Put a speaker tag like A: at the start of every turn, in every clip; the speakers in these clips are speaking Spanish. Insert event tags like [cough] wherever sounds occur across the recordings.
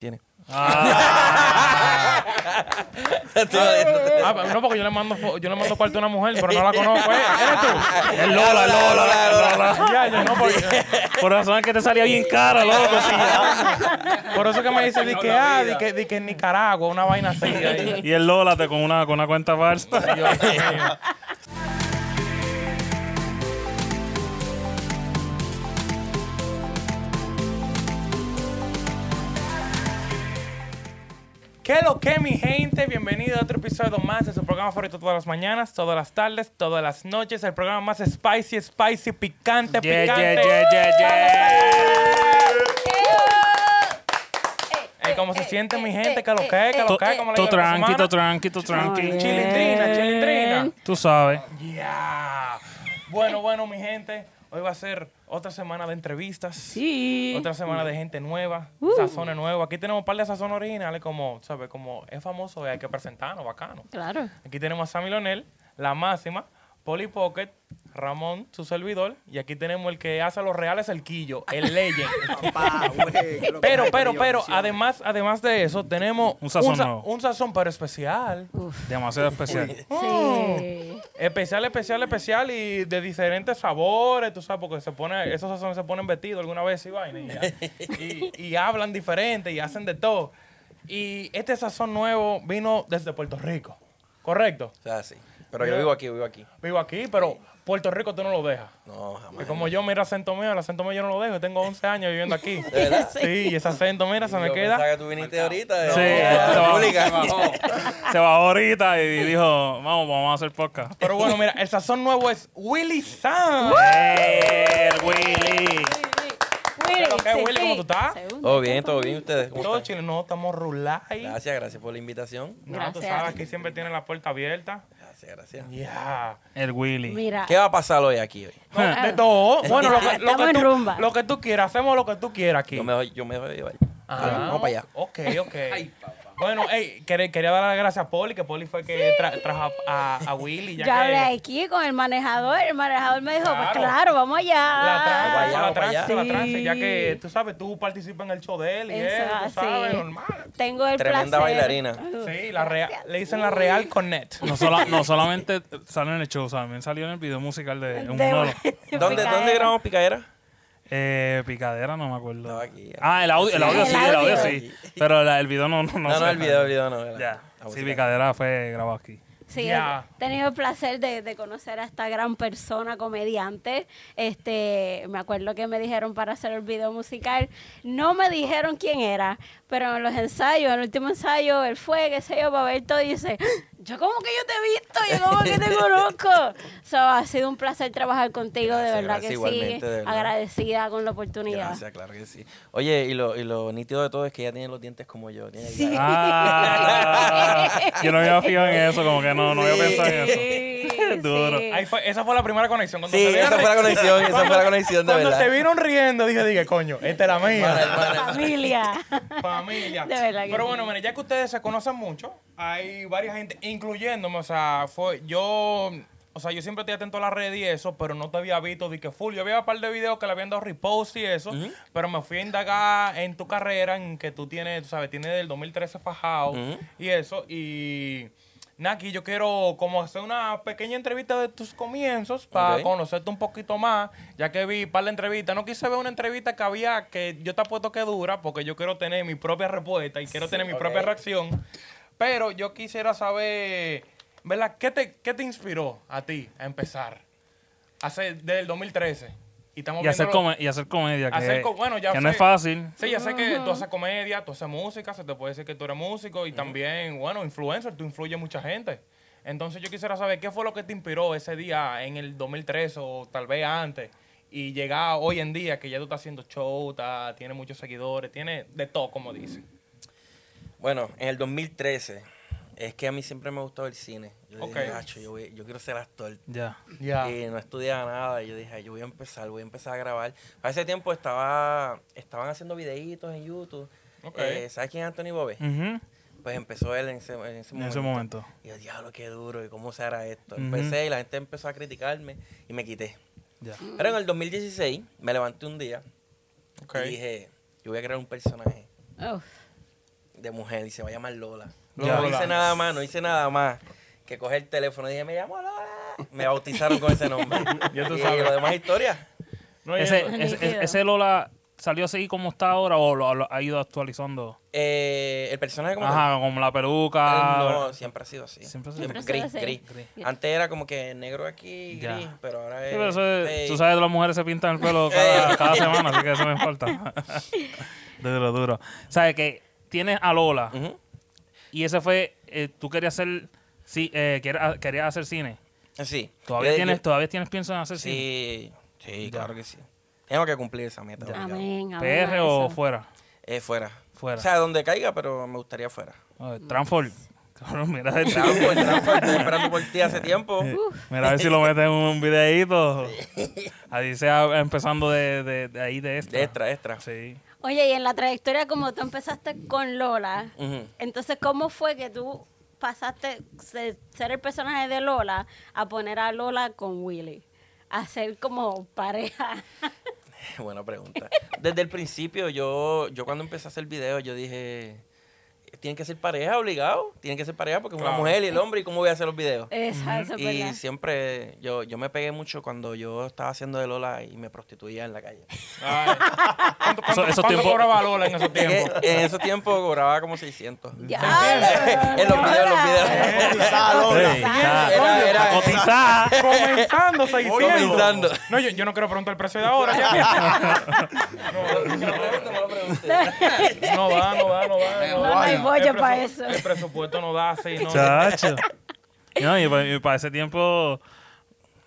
A: tiene.
B: Ah, pero no, porque yo le mando, fo- yo le mando cuarto a una mujer, pero no la conozco. ¿eh? ¿Eres tú?
C: Es Lola, es Lola, es Lola, es Lola.
B: Ya, yo no, porque-
C: Por razón es que te salía bien cara, loco.
B: por eso que me dice, di que, ah, di que, di que en Nicaragua, una vaina así.
C: sí.
B: ahí.
C: Y el Lola te con una, con una cuenta falsa.
B: Dios mío. ¿Qué lo que, mi gente? Bienvenido a otro episodio más de su programa favorito todas las mañanas, todas las tardes, todas las noches. El programa más spicy, spicy, picante,
C: Yeah,
B: picante.
C: yeah, yeah, yeah, yeah.
B: Ey, Eh, ¿Cómo se siente, mi gente? ¿Qué lo que? ¿Qué
C: To-
B: lo que? ¿Cómo le
C: to
B: lleva la
C: tranqui,
B: semana?
C: to tranqui, to tranqui.
B: Chilindrina, chilindrina.
C: Tú sabes.
B: Yeah. Bueno, bueno, mi gente. Hoy va a ser otra semana de entrevistas.
D: Sí.
B: Otra semana de gente nueva, sazones nuevos. Aquí tenemos un par de sazones originales, como, ¿sabes? Como es famoso y hay que presentarnos, bacano.
D: Claro.
B: Aquí tenemos a Sammy Lonel, la máxima, Polly Pocket, Ramón, su servidor, y aquí tenemos el que hace a los reales, el Quillo, el Legend. [laughs] pero, pero, pero, además, además de eso, tenemos
C: Un sazón
B: sa-
C: nuevo.
B: un sazón pero especial.
C: Demasiado especial.
D: Sí.
B: Especial, especial, especial y de diferentes sabores, tú sabes, porque se pone, esos sazones se ponen vestidos alguna vez y vaina. Y,
A: [laughs]
B: ya. Y- y hablan diferente y hacen de todo. Y este sazón nuevo vino desde Puerto Rico, ¿correcto?
A: O sea, sí. Pero yo vivo aquí, vivo aquí.
B: Vivo aquí, pero Puerto Rico tú no lo dejas.
A: No,
B: Y
A: jamás.
B: como yo, mira, acento mío, el acento mío yo no lo dejo, yo tengo 11 años viviendo
A: [laughs]
B: aquí.
A: verdad?
B: Sí, y ese acento, mira, se me
A: Yo
B: queda.
A: pensaba que tú viniste ahorita. eh.
C: Sí,
A: a la
C: no.
A: República.
C: Se bajó ahorita y dijo, vamos, vamos a hacer podcast.
B: Pero bueno, mira, el sazón nuevo es Willy Sam.
C: ¡Eh, Willy!
D: Willy,
B: ¿Pero qué, Willy, cómo tú estás?
A: [laughs] Todo bien, todo bien. ¿Ustedes cómo
B: Todo
A: están?
B: chile, no, estamos rulay.
A: Gracias, gracias por la invitación.
B: No, tú
D: Gracias.
B: sabes, aquí siempre tiene la puerta abierta.
A: Gracias, gracias.
B: Yeah.
C: El Willy.
D: Mira.
A: ¿Qué va a pasar hoy aquí? Hoy?
B: No, de todo. Bueno, lo que, lo,
D: Estamos
B: que
D: en
B: tú,
D: rumba.
B: lo que tú quieras, hacemos lo que tú quieras aquí.
A: Yo me voy, yo me voy a llevar.
B: Ah,
A: Vale, vamos para allá.
B: Ok,
A: [laughs]
B: ok. bueno, ey, quer- quería dar las gracias a Poli, que Poli fue que tra- trajo a, a- a Willy. Ya
D: Yo hablé
B: que
D: aquí con el manejador. El manejador me dijo,
B: Claro.
D: pues claro, vamos
B: La
D: allá.
B: trance,
A: Vamos
B: la
A: para allá.
B: trance, la trance, ya
D: Ah, Sí.
B: que tú sabes, tú participas en el show de él y eso,
D: Esa,
B: tú sabes,
D: sí.
B: normal.
D: Tengo el
A: Tremenda
D: placer.
A: bailarina.
B: Sí, la real, le dicen la Real Connect.
C: No, sola- no solamente salió en el show, también salió en el video musical de un
D: De-
C: monólogo.
A: ¿Dónde, ¿Dónde grabamos Picadera?
C: Eh, picadera, no me acuerdo.
A: No, aquí.
C: Ah, el audio, el audio sí, el audio sí. Pero la- el video no, no, no.
A: No, no,
C: sé.
A: el video, el video no.
C: Ya.
A: La
C: Sí,
A: música.
C: picadera fue grabado aquí.
D: Sí,
B: Ya.
D: he tenido el placer de, de conocer a esta gran persona, comediante. Este, me acuerdo que me dijeron para hacer el video musical, no me dijeron quién era, pero en los ensayos, en el último ensayo, él fue, qué sé yo, para ver todo y dice, "¡Ah! yo como que yo te he visto, yo como
C: [laughs]
D: que te conozco. So, ha sido un placer trabajar contigo,
A: Gracias,
D: de verdad
A: gracias,
D: que sí.
A: igualmente, de verdad.
D: Agradecida con la oportunidad.
A: Gracias, claro que sí. Oye, y lo, y lo nítido de todo es que ella tiene los dientes como yo. tiene
D: Sí.
C: Ah, yo no había fijado en eso, como que no, no había
A: Sí.
C: pensado en eso.
D: Sí,
C: Duro.
D: sí.
B: Ahí fue, esa fue la primera conexión. Cuando
A: Sí,
B: se vieron
A: esa fue la
B: [laughs] ri-
A: conexión, esa fue la conexión, de
B: Cuando
A: verdad.
B: se vieron riendo, dije, dije, coño, esta es la mía.
C: [laughs]
D: Familia.
B: Familia.
D: [laughs] De verdad que
B: Pero
D: sí.
B: bueno, mire, ya que ustedes se conocen mucho, hay varias gente, incluyéndome, o sea, fue yo, o sea, yo siempre estoy atento a las redes y eso, pero no te había visto, de que full, yo había un par de videos que le habían dado repost y eso, pero me fui a indagar en tu carrera, en que tú tienes, tú sabes, tienes del 2013 fajado y eso, y... Naki, yo quiero como hacer una pequeña entrevista de tus comienzos para
A: Ok.
B: conocerte un poquito más, ya que vi para la entrevista. No quise ver una entrevista que había que yo te apuesto que dura, porque yo quiero tener mi propia respuesta y quiero tener mi propia reacción. Pero yo quisiera saber, ¿verdad? ¿Qué te, qué te inspiró a ti a empezar? Hace del 2013. Y, estamos
C: Y hacer,
B: viéndolo-
C: come- y hacer comedia, que,
B: Hacer co- bueno, ya
C: que no
B: sé.
C: es fácil.
B: Sí, ya sé que tú haces comedia, tú haces música, se te puede decir que tú eres músico y también, bueno, influencer, tú influyes mucha gente. Entonces yo quisiera saber qué fue lo que te inspiró ese día en el 2003 o tal vez antes y llegar hoy en día que ya tú estás haciendo show, estás- tienes muchos seguidores, tienes de todo, como dicen.
A: Bueno, en el 2013, es que a mí siempre me gustó el cine. Yo
B: Ok.
A: dije, "Nacho, yo, voy- yo quiero ser actor.
C: Ya.
B: Ya.
A: Y no estudiaba nada. Y yo dije, "Ay, yo voy a empezar, voy a empezar a grabar. A ese tiempo estaba, estaban haciendo videitos en YouTube.
B: Ok.
A: Eh, ¿Sabes quién es Anthony Bobé?
C: Ujú.
A: Pues empezó él en ese, en ese
C: En
A: momento.
C: ese momento.
A: Y yo, diablo, qué duro, ¿y cómo se hará esto?
C: Ujú.
A: Empecé y la gente empezó a criticarme y me quité.
C: Ya.
A: Pero en el 2016 me levanté un día
B: Ok.
A: eh, y dije, yo voy a crear un personaje.
D: Uf.
A: de mujer y se va a llamar Lola.
B: Ya.
A: No
B: Lola.
A: hice nada más, no hice nada más que coger el teléfono y dije, me llamo Lola. Me bautizaron con ese
C: [laughs]
A: nombre.
B: Ya tú
A: y
B: sabes.
A: lo demás es historia.
B: No, y
C: Ese,
B: eso-
D: Nítido.
C: ese, ese- ese Lola salió así como está ahora o lo, lo ha ido actualizando.
A: Eh, el personaje como
C: Ajá, como la peluca.
A: tal, no, siempre ha sido así.
C: Siempre ha sido
A: Siempre
D: así.
A: gris,
D: Siempre ha
A: gris,
D: sido así.
A: gris. Antes era como que negro aquí,
C: Ya.
A: gris, pero ahora es...
C: Sí, pero eso es-
A: Ey.
C: tú sabes, las mujeres se pintan el pelo cada, cada semana, así que eso
A: [laughs]
C: no importa. duro, duro. Sabes que tienes a Lola
A: Ujú.
C: y ese fue, eh, tú querías hacer, sí, eh, quer- querías hacer cine.
A: Sí.
C: Todavía
A: Yo-
C: tienes,
A: Eh, yo-
C: todavía tienes pienso en hacer cine.
A: Sí, sí, claro que sí. Tengo que cumplir esa meta. obligado.
D: Amén. amén
C: PR
D: a
C: o
D: eso.
C: fuera.
A: Eh, fuera.
C: Fuera.
A: O sea, donde caiga, pero me gustaría
C: [laughs]
A: fuera.
C: A ver, Transform. Cabrón, mira, a ver si-
A: Claro,
C: [laughs]
A: pues, claro, pues, estoy esperando por ti hace tiempo.
C: mira a ver si lo metes en un videíto. Ahí sea empezando de, de, de ahí de extra.
A: De extra, extra.
C: Sí.
D: Oye, y en la trayectoria como tú empezaste con Lola,
A: Ujú.
D: entonces, ¿cómo fue que tú pasaste de ser el personaje de Lola a poner a Lola con Willy? A ser como pareja. [laughs]
A: Buena pregunta. Desde el principio, yo, yo cuando empecé a hacer videos, yo dije, tienen que ser pareja, obligado. Tienen que ser pareja porque es una
B: Claro.
A: mujer y el hombre, ¿y cómo voy a hacer los videos?
D: Esa, eso es
A: Y
D: verdad.
A: siempre, yo, yo me pegué mucho cuando yo estaba haciendo de Lola y me prostituía en la calle.
B: Ay. ¿Cuánto, cuánto-
C: [laughs] Eso- esos
B: cuánto
C: tiempos-
B: cobraba Lola en
A: Es
B: esos
A: que [laughs]
B: tiempos?
A: en esos tiempos cobraba como 600.
D: Ya,
A: [laughs] En los videos, en los
D: [laughs]
A: videos.
C: Eh, Lola.
A: Ah, Era- era-
C: A cotizar. [laughs]
B: Comenzando 600.
A: Comenzando.
B: No, yo, yo no quiero preguntar el precio de ahora. ya.
A: No lo preguntes, no lo preguntes.
B: No va, no va, no va.
D: No, no
B: va.
D: hay
B: El
D: bolla
B: presu-
D: pa' eso.
B: El presupuesto no da así. No. Ah,
D: [laughs]
C: Chacho. No, y para, ese tiempo,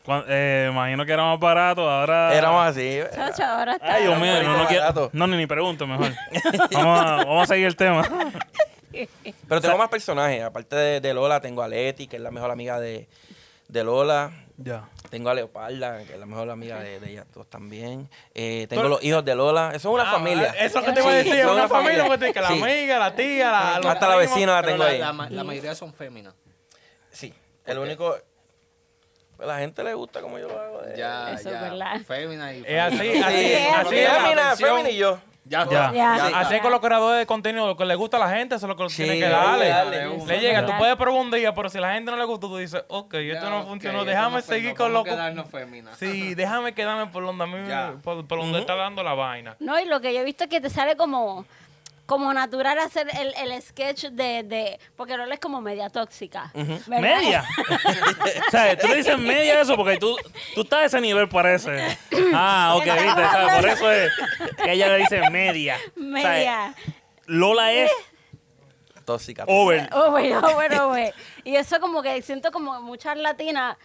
C: cuan- eh, imagino que era más barato, ahora...
A: Éramos así. ¿verdad?
D: Chacho, ahora está.
C: Ay, Dios mío,
A: Era
C: no, no
A: más
C: quiero...
A: barato.
C: No, ni, ni pregunto, mejor.
A: [laughs]
C: vamos, a, vamos a seguir el tema.
A: Pero tengo más personajes. Aparte de, de Lola, tengo a Leti, que es la mejor amiga de, de Lola.
C: Ya.
A: Tengo a Leoparda, que es la mejor amiga de, de ellas dos también. Eh, tengo los hijos de Lola. Eso es una
B: Ah,
A: familia.
B: Eso que te iba a decir,
A: Sí,
B: es
A: son
B: una
A: una
B: familia,
A: familia.
B: porque que la
A: Sí.
B: amiga, la tía, la, los
A: Hasta la
B: primos.
A: vecina la
E: Pero
A: tengo
E: la,
A: ahí.
E: la ma- la mayoría son féminas.
D: Eh,
A: Sí. El único... pues, la gente le gusta como yo lo hago. de-
E: Ya,
D: Eso es
E: ya.
D: verdad.
E: Féminas y
B: Es así,
A: Sí,
E: féminas.
B: así,
D: es.
B: así es. la
A: Femina,
B: atención.
A: Femina y yo.
E: Ya,
C: Ya.
D: Ya.
A: Sí.
B: Así es con los creadores de contenido, lo que le gusta a la gente, eso es lo que
A: Sí,
B: tienen que
A: hay que
B: darle.
A: darle.
B: Le
D: Eso
B: llega,
D: es
B: tú
D: verdad.
B: puedes probar un día, pero si a la gente no le gusta, tú dices, ok,
E: Ya,
B: esto no
E: ok,
B: funcionó,
E: esto
B: déjame
E: no fue-
B: seguir
E: no
B: con lo
E: podemos
B: que...
E: quedarnos féminas.
B: Sí, déjame quedarme por donde, a mí me-
E: Ya.
B: por, por donde está dando la vaina.
D: No, y lo que yo he visto es que te sale como, como natural hacer el, el sketch de, de. Porque Lola es como media tóxica. ¿verdad?
C: ¿Media? o sea, tú le dices media a eso porque tú, tú estás a ese nivel, parece. Ah, ok, viste, ¿sabes? Por eso es que ella le dice media. O sea,
D: [laughs] Media.
C: Lola es
A: Tóxica.
C: over.
D: Oh, güey, oh, güey, oh, güey. Y eso como que siento como muchas latinas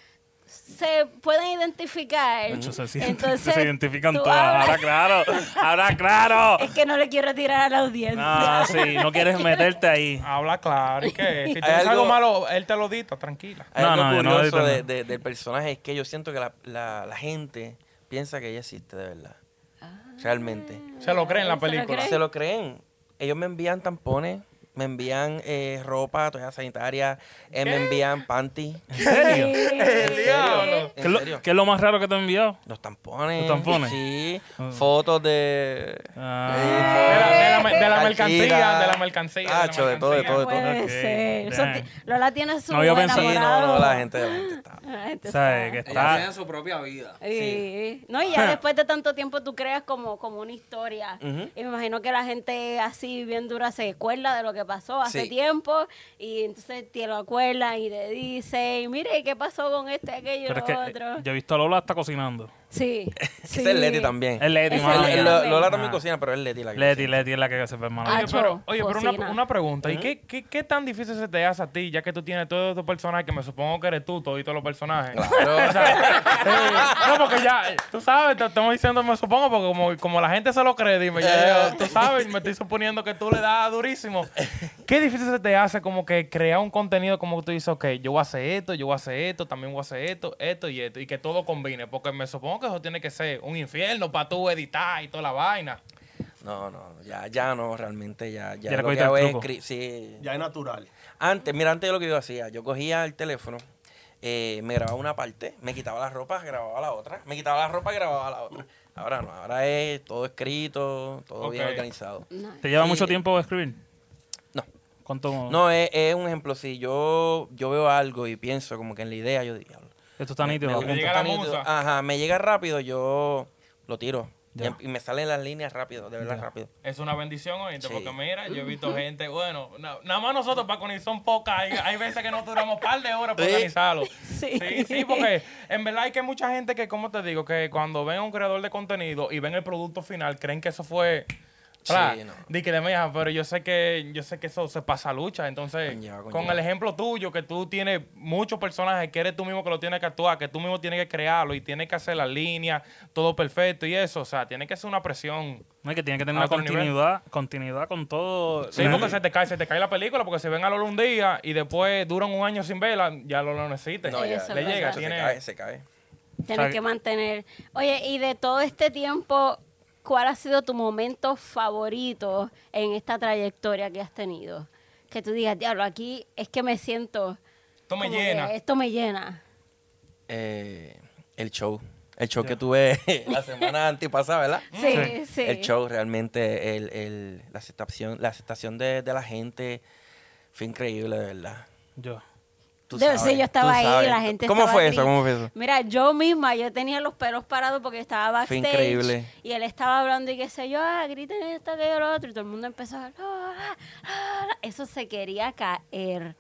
D: se pueden identificar.
C: Muchos se, sienten-
D: Entonces,
C: [laughs] se identifican
D: tú
C: todas. Ahora
D: hablas-
C: claro, ahora claro.
D: [laughs] Es que no le quiero tirar a la audiencia.
C: Ah, sí, no quieres meterte ahí.
B: Habla claro, ¿y qué? Si tú
A: Hay
B: haces algo
A: algo-
B: malo, él te lo dita, tranquila.
A: Hay
C: No,
A: algo
C: no, yo no
A: curioso
C: edito
A: de-
C: nada.
A: de- del personaje es que yo siento que la, la- la gente piensa que ella existe de verdad.
B: Ah.
A: Realmente.
B: Se lo cree en la
D: Se lo
B: película.
D: cree.
A: Se lo creen. Ellos me envían tampones, me envían eh, ropa, toalla sanitaria, eh, me envían panty.
C: ¿En
A: [laughs]
C: serio?
A: ¿En serio?
C: ¿Qué es,
A: ¿En
C: lo,
A: serio?
C: qué es lo más raro que te han enviado?
A: Los tampones.
C: ¿Los tampones?
A: Sí. Fotos de...
C: Ah,
B: De la, de la- de la
A: Calcita,
B: mercancía, de la mercancía.
A: tacho, de todo, de
B: mercancía.
A: todo, de todo.
D: Puede
C: Ok,
D: ser.
C: damn.
D: Eso ti- Lola tiene su
C: No había
A: Sí,
C: pensado.
A: no,
D: enamorado.
A: no, la gente, la gente está...
D: La gente
C: ¿Sabes?
D: está-
C: Que
B: Ah.
E: Ellas
C: está.
E: tienen su propia
B: [laughs]
E: vida.
D: Sí. No, y ya después de tanto tiempo tú creas como, como una historia.
A: Ujú.
D: Y me imagino que la gente así bien dura se acuerda de lo que pasó hace
A: Sí.
D: tiempo y entonces te lo acuerdan y te dicen, mire, ¿qué pasó con este, aquello,
C: Pero
D: lo
C: es que eh,
D: otro?
C: yo he visto a Lola hasta cocinando.
D: Sí.
A: Ese
D: sí.
A: es Leti también.
C: Es Leti,
A: Ese
C: mano.
A: el- el- Lola también
C: Ah.
A: cocina, pero es Leti la que
C: Leti,
A: cocina.
C: Leti es la que se ve
D: Ah,
C: mal.
B: Oye, pero, oye, pero una,
D: Cocina.
B: una pregunta. ¿Y qué, qué, qué tan difícil se te hace a ti, ya que tú tienes todos estos personajes, que me supongo que eres tú, todos los personajes?
A: Claro.
B: O sea, sí. [laughs] No, porque ya, eh, tú sabes, te estamos diciendo, me supongo, porque como, como la gente se lo cree, dime, ya, ya, tú sabes, me estoy suponiendo que tú le das durísimo. ¿Qué difícil se te hace como que crear un contenido como que tú dices, ok, yo voy a hacer esto, yo voy a hacer esto, también voy a hacer esto, esto y esto, y que todo combine? Porque me supongo que eso tiene que ser un infierno para tú editar y toda la vaina.
A: No, no, ya, ya no, realmente ya. Ya,
C: Ya le
A: lo
C: cogiste
A: que
C: el
A: hago es
C: truco.
A: escri- sí.
F: Ya es natural.
A: Antes, mira, antes de lo que yo hacía, yo cogía el teléfono, eh, me grababa una parte, me quitaba la ropa, grababa la otra, me quitaba la ropa, grababa la otra. Ahora no, ahora es todo escrito, todo bien
B: Ok.
A: organizado.
C: ¿Te lleva
A: Sí.
C: mucho tiempo escribir?
A: No,
C: ¿Cuánto?
A: No, es, es un ejemplo. Si yo, yo veo algo y pienso como que en la idea, yo digo, "Diablo,
C: Esto está nítido.
A: me
C: lo
A: gusta,
C: apunto.
B: llega la
A: está nítido".
B: musa.
A: Ajá, me llega rápido, yo lo tiro. Y
C: Ya.
A: em- Y, me salen las líneas rápido, de verdad rápido.
B: Es una bendición, oíste,
A: Sí.
B: porque mira, yo he visto gente, bueno, na- nada más nosotros para con son pocas, hay, hay veces que no duramos par de horas para
A: Sí.
B: organizarlo.
D: Sí.
B: sí, sí, porque en verdad hay que mucha gente que, como te digo, que cuando ven a un creador de contenido y ven el producto final, creen que eso fue...
A: Sí,
B: ra,
A: no.
B: Di que de mía, pero yo sé que yo sé que eso se pasa lucha, entonces
A: Conlleva,
B: con
A: conlleva.
B: el ejemplo tuyo que tú tienes muchos personajes que eres tú mismo que lo tienes que actuar, que tú mismo tienes que crearlo y tienes que hacer las líneas, todo perfecto y eso, o sea, tiene que ser una presión
C: No, es que tiene que tener
B: A
C: una
B: otro nivel.
C: continuidad, continuidad con todo.
B: Sí, porque se te cae, se te cae la película, porque se ven a Lolo un día y después duran un año sin verla, ya Lolo no existe.
D: No, ya. Eh, Eso
B: le
D: es
B: llega,
D: verdad.
A: Se
B: tiene.
A: cae, se cae.
D: Tienes
C: sea,
D: que mantener. Oye, y de todo este tiempo, ¿cuál ha sido tu momento favorito en esta trayectoria que has tenido? Que tú digas, diablo, aquí es que me siento.
B: Esto me
D: como que
B: llena.
D: Esto me llena.
A: Eh, el show. El show que tuve [laughs] la semana antipasada, ¿verdad?
D: Sí, sí.
A: Mm. El show realmente, el, el- la aceptación, la aceptación de, de la gente fue increíble, de verdad.
C: Yo.
A: Tú
D: De-
A: sabes,
D: sí, yo estaba
A: tú
D: ahí,
A: sabes.
D: la gente
A: ¿Cómo
D: estaba
A: fue eso?
D: gri-
A: ¿Cómo fue eso?
D: Mira, yo misma, yo tenía los pelos parados porque estaba
A: Fue
D: backstage.
A: increíble.
D: Y él estaba hablando y qué sé yo, ah, griten esto, aquello, lo otro. Y todo el mundo empezó a... ah, ah, Eso se quería caer.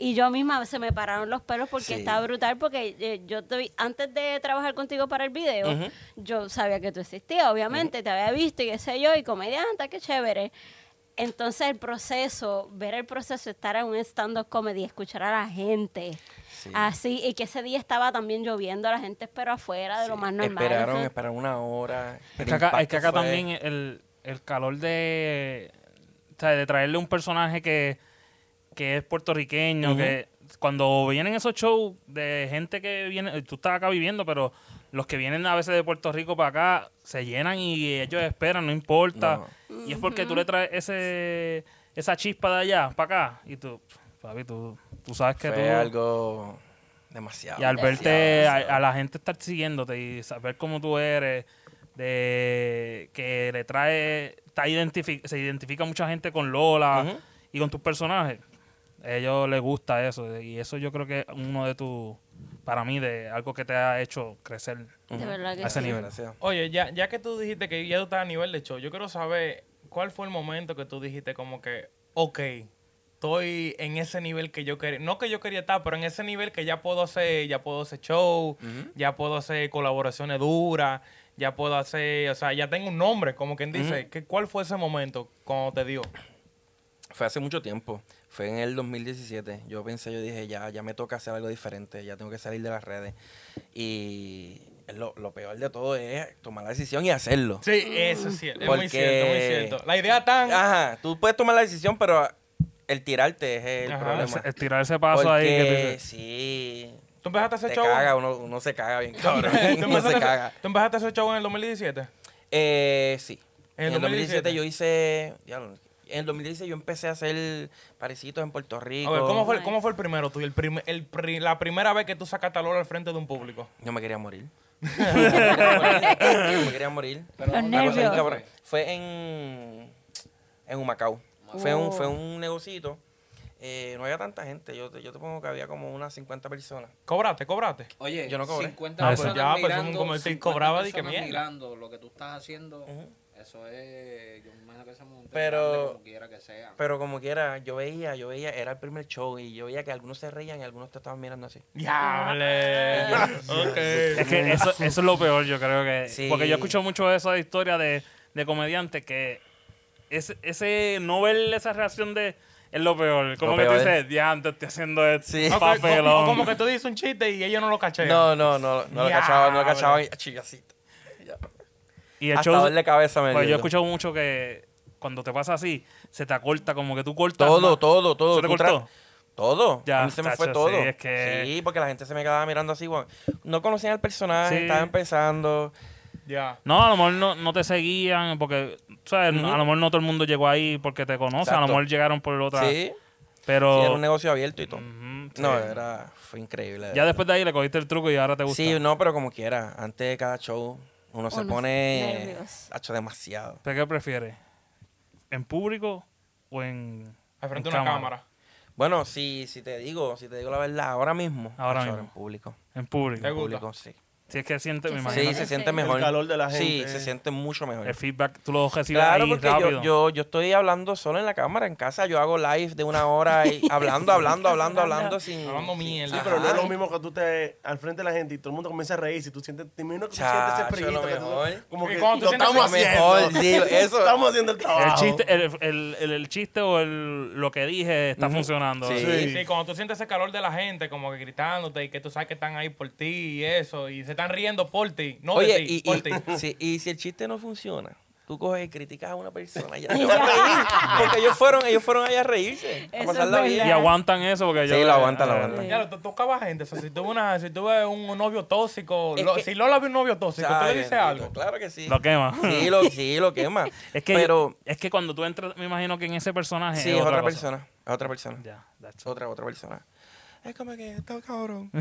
D: Y yo misma se me pararon los pelos porque
A: Sí.
D: estaba brutal porque eh, yo te vi- antes de trabajar contigo para el video, yo sabía que tú existías, obviamente, te había visto y qué sé yo, y comediante, qué chévere. Entonces el proceso, ver el proceso, estar en un stand-up comedy, escuchar a la gente,
A: Sí.
D: así, y que ese día estaba también lloviendo, la gente esperó afuera de lo
A: Sí,
D: más normal.
A: Esperaron,
D: Entonces,
A: esperaron una hora.
C: Es
A: El
C: que acá, es que
A: impacto
C: acá
A: fue-
C: también el, el calor de, o sea, de traerle un personaje que, que es puertorriqueño, que cuando vienen esos shows de gente que viene, tú estás acá viviendo, pero los que vienen a veces de Puerto Rico para acá se llenan y ellos esperan, no importa. Y es porque tú le traes ese, esa chispa de allá para acá y tú, papi, tú, tú sabes que
A: fue
C: tú...
A: algo demasiado.
C: Y al verte,
A: demasiado,
C: a,
A: demasiado.
C: a la gente estar siguiéndote y saber cómo tú eres, de que le trae, está identifi- se identifica mucha gente con Lola
A: Ujú.
C: y con tus personajes. A ellos les gusta eso y eso yo creo que es uno de tus, para mí, de algo que te ha hecho crecer.
D: de verdad que
C: a ese
D: sí.
C: nivel.
A: Demasiado.
B: Oye, ya, ya que tú dijiste que ya tú estás a nivel de show, yo quiero saber cuál fue el momento que tú dijiste como que, ok, estoy en ese nivel que yo quería, no que yo quería estar, pero en ese nivel que ya puedo hacer, ya puedo hacer show, ya puedo hacer colaboraciones duras, ya puedo hacer, o sea, ya tengo un nombre, como quien dice, que, ¿cuál fue ese momento cuando te dio?
A: Fue hace mucho tiempo. Fue en el 2017. Yo pensé, yo dije, ya, ya me toca hacer algo diferente. Ya tengo que salir de las redes. Y lo, lo peor de todo es tomar la decisión y hacerlo.
B: Sí, eso es cierto, es muy
A: Porque- Ah,
B: cierto, muy cierto. La idea tan...
A: Ajá, tú puedes tomar la decisión, pero el tirarte es el
B: Ajá.
A: problema.
C: Ese- Estirar ese paso ahí. que tú
A: Porque
C: dices,
A: sí,
B: ¿Tú empezaste a hacer
A: te
B: show?
A: caga, uno, uno se caga bien, cabrón.
B: [laughs]
A: uno
B: ¿Tú empezaste a [laughs]
A: se
B: hacer-
A: caga.
B: ¿Tú empezaste a hacer show en el 2017?
A: Eh, sí.
B: ¿En
A: En
B: el
A: el
B: 2017?
A: 2017 yo hice. diablo, en el 2017 yo empecé a hacer parecitos en Puerto
B: A
A: Rico.
B: ver, ¿cómo fue, el-
D: Nice.
B: cómo fue el primero tuyo? El prim- el pri- la primera vez que tú sacaste a Lola al frente de un público.
A: Yo me quería morir. Yo me
E: [laughs]
A: quería morir. Yo me quería morir.
E: Pero
D: Los
E: una
A: Una cosa
E: cosa
A: bien
D: nervios.
A: cabrona. Fue en. En Humacao. Fue, un,
D: Oh.
A: fue un negocito. Eh, no había tanta gente. Yo, te- yo te pongo que había como unas 50 personas.
B: Cobrate, cobrate.
E: Oye,
A: Yo no cobré.
E: 50
C: Ah, eso
E: personas
B: ya, pues,
E: mirando,
B: eso es como decir,
E: 50
B: cobraba de que
E: personas
B: mierda.
E: mirando lo que tú estás haciendo, eso es, yo me imagino que ese momento
A: Pero-
E: como quiera que sea.
A: Pero como quiera, yo veía, yo veía, era el primer show y yo veía que algunos se reían y algunos te estaban mirando así.
B: ¡Diable!
C: [laughs] Es
B: ok.
C: que eso, eso es lo peor, yo creo que.
A: Sí.
C: Porque yo escucho mucho esa historia de, de comediantes que ese, ese no ver esa reacción de es lo peor. Como que
A: peor.
C: tú dices, diante, estoy haciendo esto.
A: Sí.
B: Ok,
C: Papelón.
B: como, como que tú dices un chiste y ellos no lo cachean.
A: No, no, no, no lo
B: Ya,
A: cachaban, no lo
B: bro.
A: cachaban. y- Chillacito.
C: y el
A: Hasta
C: show.
A: dolor de cabeza me
C: Pues yo
A: dio.
C: he escuchado mucho que cuando te pasa así, se te acorta, como que tú cortas.
A: Todo,
C: más.
A: todo, todo.
C: ¿Se te
A: Tú tra-
C: cortó?
A: Todo.
C: Ya,
A: a mí se me
C: tacho,
A: fue
C: sí,
A: todo.
C: es que-
A: Sí, porque la gente se me quedaba mirando así. guau. No conocían al personaje,
C: Sí.
A: estaba empezando.
B: Ya.
C: No, a lo mejor no, no te seguían, porque, ¿sabes? A lo mejor no todo el mundo llegó ahí porque te conoce, a lo
A: Exacto.
C: mejor llegaron por otra.
A: Sí,
C: Pero.
A: sí, era un negocio abierto y todo.
C: Ujú, sí.
A: No, era... Fue increíble. de
C: Ya
A: verdad.
C: después de ahí le cogiste el truco y ahora te gusta.
A: Sí, no, pero como quiera. Antes de cada show, uno se
D: Uno se-
A: pone...
D: nervios.
A: Ha hecho demasiado.
C: ¿Usted qué prefiere? ¿En público o en
B: al frente
C: En
B: de una
C: cámara.
B: cámara.
A: Bueno, si, si te digo, si te digo la verdad, ahora mismo.
C: Ahora
A: macho,
C: mismo.
A: en público.
C: En
B: ¿Te
A: En
C: público.
B: gusta?
A: público, sí.
C: Si es que siente, me
D: Sí,
C: imagino.
A: Sí, se
D: Sí.
A: siente mejor.
F: El calor de la
A: Sí,
F: gente.
A: se siente mucho mejor.
C: El feedback tú lo recibes
A: Claro,
C: ahí
A: porque
C: rápido.
A: yo, yo, yo estoy hablando solo en la cámara. En casa yo hago live de una hora
D: [laughs]
A: y hablando, hablando, hablando, hablando sin.
B: Hablando
A: sin-
B: mierda.
F: Sí, pero no es
A: Ajá.
F: lo mismo que tú te al frente de la gente y todo el mundo comienza a reírse y tú sientes, te imagino que tú
A: Chacho,
F: sientes ese
A: lo
F: prillito que
A: mejor.
F: tú, como
B: Y
F: que
B: cuando tú
F: lo
B: sientes
F: estamos
A: lo mejor,
F: haciendo.
A: sí, eso.
F: [laughs] Estamos haciendo el
C: El
F: trabajo.
C: chiste, el, el- el- el chiste o el- lo que dije está funcionando.
A: Sí.
F: Sí.
B: Sí, cuando tú sientes ese calor de la gente, como que gritándote y que tú sabes que están ahí por ti y eso, y se están riendo por ti, no de
A: Oye,
B: ti,
A: y,
B: por ti.
A: y, [laughs] si, y si el chiste no funciona, tú coges y criticas a una persona
D: [laughs]
A: ya te vas a reír. Porque ellos fueron, ellos fueron allá a reírse.
D: Eso
A: A pasarla
D: es
A: bien.
C: Y
D: verdad.
C: aguantan eso porque
A: Sí,
C: yo-
A: lo aguantan, lo
C: eh,
A: aguantan.
B: Ya, lo- tú tocabas gente. O sea, si tuve, una, si tuve un novio tóxico,
A: Es
B: lo-
A: que-
B: si Lola vio un novio tóxico,
A: Ay,
B: ¿usted le dice
A: bendito,
B: algo?
A: Claro que sí.
C: [laughs] Lo quema.
A: [laughs] Sí, lo, sí, lo quema.
C: [laughs] Es que,
A: Pero
C: es que cuando tú entras, me imagino que en ese personaje
A: sí,
C: es
A: es otra,
C: cosa.
A: persona. Es otra persona.
C: Ya, that's it.
A: Otra, otra persona. Es como que está cabrón. [laughs]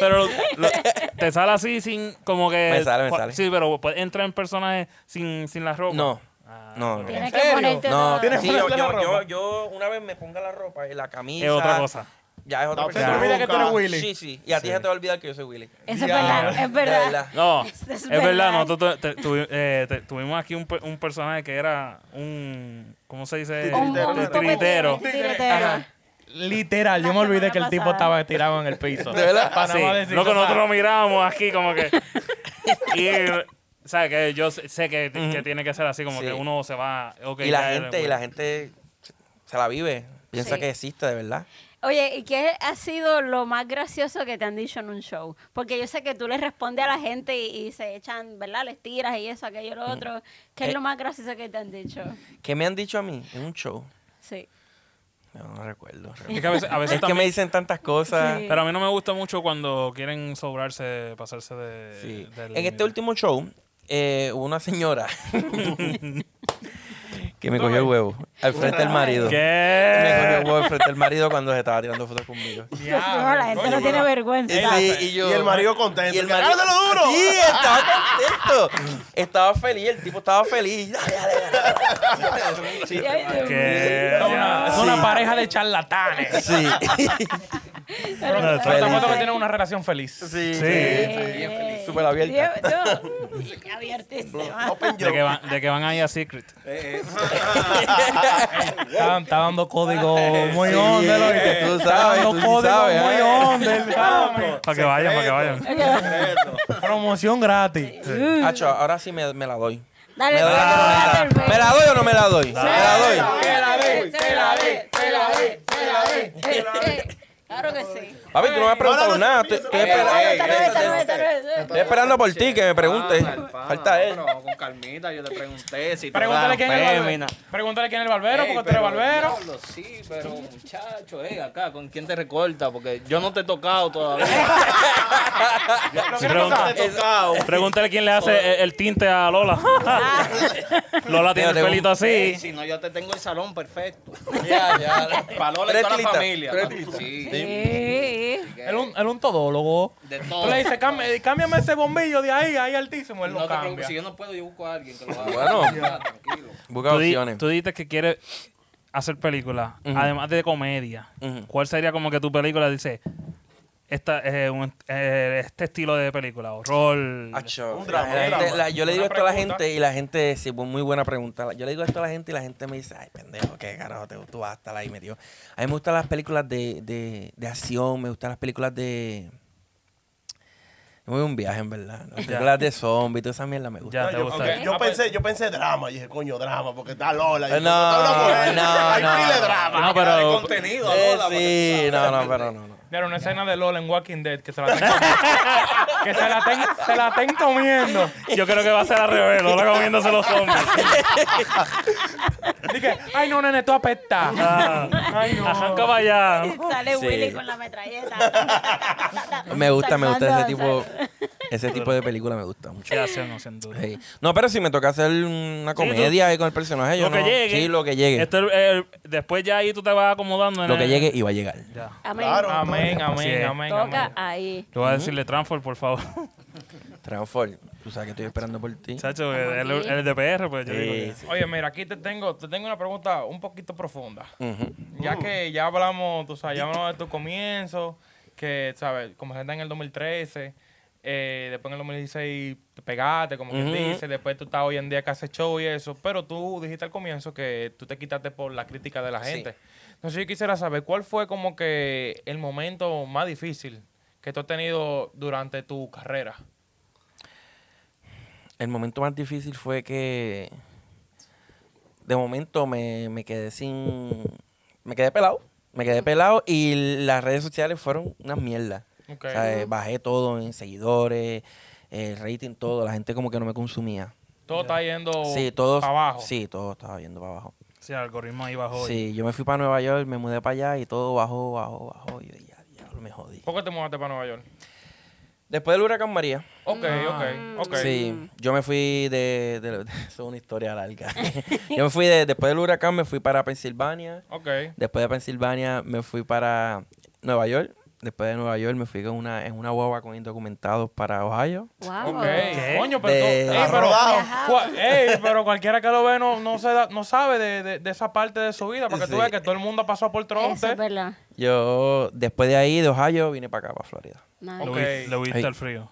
C: Pero
A: [laughs]
C: lo- te sale así sin como que
A: Me sale, me
C: cua-
A: sale.
C: Sí, pero puedes entrar en personaje sin, sin la ropa.
A: No.
C: Ah,
A: No, no.
D: Tienes
B: ¿En
D: que
B: serio?
D: ponerte
A: No,
D: todo.
B: ¿Tienes
A: sí,
B: frío
A: yo,
B: de la
A: yo,
B: ropa?
A: yo, yo una vez me ponga la ropa y la camisa.
C: Es otra cosa.
A: Ya es otra
F: No,
B: Se te
F: Ya.
A: persona.
B: olvida que tú eres Willy.
A: Sí, sí. Y a ti se te va a olvidar que yo soy Willy.
D: Eso es verdad, es
A: De
D: verdad.
C: No,
D: [laughs] Es-
C: es,
D: es
C: verdad,
D: verdad.
C: nosotros te- te- tuvi- eh, te- tuvimos aquí un, pe- un personaje que era un, ¿cómo se dice?
F: Un-
C: Tri-
F: un
C: titiritero.
B: poco-
D: Titiritero.
B: Ajá. Literal, yo
D: La
B: me olvidé
D: semana
B: que el tipo
D: pasada.
B: estaba tirado en el piso.
A: [laughs] ¿De verdad?
B: Para
C: Ah, Sí,
B: nada más decir,
C: loco,
B: o sea,
C: nosotros lo mirábamos aquí como
D: [laughs]
C: que... Y, ¿sabes? Que yo sé sé que, que tiene que ser así, como
A: Sí.
C: que uno se va... ok,
A: y la
C: ya pues. eres
A: gente, y
C: Willy.
A: la gente se la vive. Piensa
D: Sí.
A: que existe, de verdad.
D: Oye, ¿y qué ha sido lo más gracioso que te han dicho en un show? Porque yo sé que tú le respondes a la gente y, y se echan, ¿verdad? Les tiras y eso, aquello, lo otro. ¿Qué es
A: Eh.
D: lo más gracioso que te han dicho?
A: ¿Qué me han dicho a mí en un show?
D: Sí.
A: No, no recuerdo.
C: Es que a veces, a veces
A: Es que
C: también-
A: me dicen tantas cosas.
D: Sí.
C: Pero a mí no me gusta mucho cuando quieren sobrarse, pasarse de...
A: Sí.
C: del
A: en
C: límite.
A: este último show, eh, hubo una señora [laughs] que me cogió el huevo al frente del marido. Me cogió
C: ¿Qué?
A: el huevo al frente del marido cuando se estaba tirando fotos
D: [laughs]
A: conmigo.
B: diablo,
D: no, la gente
B: coño,
D: no tiene
B: pero-
D: vergüenza.
A: Sí, yo-
F: Y el marido contento.
A: Y el
F: que,
A: marido
F: "Hágalo duro!
A: Sí, estaba contento. Estaba feliz, el tipo estaba feliz. Dale, dale, dale.
D: Ay, Dios
C: ¿Qué?
B: Es una, es una
A: Sí.
B: pareja de charlatanes.
A: [laughs] Sí.
D: mío,
B: Pero pero
D: pero-
B: te apuesto que
D: Sí.
B: tienen una relación feliz.
A: Sí.
C: Sí.
A: bien feliz.
D: Eh,
A: Súper [laughs] abierta.
D: Dios, no, sí,
A: Ah,
D: abiertísima.
F: Open
C: De
F: yo.
C: que, van, de que van ahí a Secret.
F: [laughs]
E: Eh, eh,
B: Está, está dando código muy
A: Sí,
B: hondo, ¿lo oíste?
A: tú
B: Está
A: sabes,
B: dando
A: tú sí
B: código
A: sabes,
B: muy
A: ¿eh?
B: hondo, el chamo.
C: Para que vayan, para que vayan.
B: Promoción gratis.
A: Acho, ahora sí me, me la doy.
D: Dale,
A: Me, doy
D: dale,
A: o no me la-
D: dale,
A: ¿Me la doy o no me la doy? Me la doy.
D: dale, dale, dale, dale, dale. Eh, eh, Claro que sí.
A: Papi, tú no me has preguntado nada. Estoy, estoy
D: Tal
A: esperando,
D: vez,
E: eh,
D: tal vez, tal vez, tal vez.
A: estoy esperando por ti que me preguntes.
E: pana, Ah, el pana,
A: Falta él.
E: Pero con calmita, yo te pregunté si tú
B: Pregúntale
E: eras
B: quién es el
A: pues,
E: fémina.
B: barbero. Pregúntale quién es el barbero,
E: Ey,
B: porque tú eres
E: pero,
B: barbero.
E: diablo, sí, pero muchacho, eh, acá, ¿con quién te recorta? Porque yo no te he tocado todavía.
C: Sí, pregunta-
F: Te he tocado.
C: pregúntale quién le hace el, el tinte a Lola. [laughs] Lola tiene el
A: Mira,
C: pelito
E: Ey,
C: así.
E: si no, yo te tengo el salón perfecto.
A: Ya, ya.
E: Para Lola y
A: Tres
E: toda la
A: tilitas,
E: familia.
A: tres
E: pa-
A: tilitas.
E: Sí,
D: Sí.
E: que-
B: El, un- el ontodólogo.
E: de
B: Tú
E: todo.
B: le dices, "Cam- eh, cámbiame ese bombillo de ahí, ahí altísimo. Él
E: No
B: lo
E: te preocupes,
B: cambia.
E: si yo no puedo, yo busco a alguien que lo haga.
A: Bueno.
E: Ya, tranquilo.
A: Busca
C: Tú, di-
A: opciones.
C: tú dijiste que quieres hacer películas, además de comedia.
A: Ujú.
C: ¿Cuál sería como que tu película dice esta, eh, un- eh, este estilo de película? Horror.
A: Acho,
F: Un drama,
A: la
F: un
A: gente-
F: drama.
A: la- yo le
B: Una
A: digo esto a la
B: pregunta.
A: gente y la gente, sí, muy buena pregunta. Yo le digo esto a la gente y la gente me dice, ay, pendejo, qué carajo, te, tú vas a estar ahí metido. A mí me gustan las películas de, de, de acción, me gustan las películas de... Me voy a un viaje, en verdad. Las películas de zombies, toda esa mierda me gusta.
C: Ya,
F: No,
C: te
F: yo,
C: gusta.
F: ok, yo
B: Ah,
F: pensé, yo pensé drama, y dije, coño, drama, porque está Lola. y
A: Eh,
F: yo, está una
A: no,
F: mujer,
A: no,
F: hay
A: no.
F: pila de drama.
C: No,
E: Hay que darle
C: pero-
E: contenido a
A: Eh,
E: Lola, porque
A: sí, no, no, pero no, no.
B: Mira, una escena de Lola en Walking Dead que se la ten- [laughs] que se la ten- se la estén comiendo.
C: Yo creo que va a ser al revés, Lola comiéndose los zombies.
B: Dije, ay no, nene, tú apestas.
C: Ah,
B: Ay, no.
C: Arranca para allá.
D: Sale
A: Sí.
D: Willy con la metralleta.
A: [laughs] Me gusta, me gusta ese
D: Sacando-
A: tipo, ese tipo de película, me gusta mucho.
C: ¿Qué hacemos, sin duda?
A: Sí. No, pero si me toca hacer una comedia ahí con el personaje, yo
C: lo que
A: no-
C: llegue.
A: Sí, lo que llegue.
C: Esto es- eh, después ya ahí tú te vas acomodando. en
A: Lo que
C: el-
A: llegue iba a llegar.
C: Ya.
D: Amén.
F: Claro.
B: Amén,
C: Así
B: amén,
C: es.
B: amén,
D: Toca
B: amén.
D: ahí.
C: Yo voy a decirle Transform, por favor.
A: Transform. Tú sabes que estoy esperando por ti.
C: [laughs] Chacho, el,
D: aquí.
C: el DPR, pues yo digo
A: Sí,
C: que-
A: sí.
B: Oye, mira, aquí te tengo, te tengo una pregunta un poquito profunda.
A: Ujú. Mm.
B: Ya que ya hablamos, tú sabes, ya hablamos de tu comienzo, que, ¿sabes? Comenzaste en el 2013, eh, después en el 2016 te pegaste, como quien
A: Ujú.
B: dice, después tú estás hoy en día que haces show y eso, pero tú dijiste al comienzo que tú te quitaste por la crítica de la
A: Sí.
B: gente. Entonces yo quisiera saber, ¿cuál fue como que el momento más difícil que tú has tenido durante tu carrera?
A: El momento más difícil fue que de momento me, me quedé sin. Me quedé pelado. Me quedé pelado y las redes sociales fueron unas mierdas.
B: Ok.
A: O sea, eh, bajé todo en seguidores, eh, rating, todo. La gente como que no me consumía.
B: Todo está yendo
A: Sí, todos.
B: pa' abajo.
A: Sí, todo estaba yendo para abajo.
C: Sí, el algoritmo ahí bajó.
A: Sí, yo me fui para Nueva York, me mudé para allá y todo bajó, bajó, bajó. Y yo, ya, diablo, me jodí.
B: ¿Por qué te mudaste para Nueva York?
A: Después del huracán María.
B: Ok,
A: Mm.
B: ok, ok.
A: Sí, yo me fui de, de- [laughs] Eso es una historia larga. [laughs] yo me fui de... Después del huracán me fui para Pensilvania.
B: Ok.
A: Después de Pensilvania me fui para Nueva York. Después de Nueva York me fui con una, en una guagua con indocumentados para Ohio.
D: Wow.
B: Ok, coño, pero,
A: De-
B: tú-
A: Ah,
B: ey, pero,
D: rodado.
B: cua- ey, pero cualquiera que lo ve no, no, se da- no sabe de, de- de esa parte de su vida, porque
A: Sí.
B: tú ves que todo el ¿eh? mundo ha pasado por
D: Eso es
B: tronte.
D: verdad.
A: Yo, después de ahí, de Ohio, vine para acá, para Florida.
D: Nice.
C: Lo,
B: Ok.
C: vi- lo viste
A: Ahí.
C: al frío.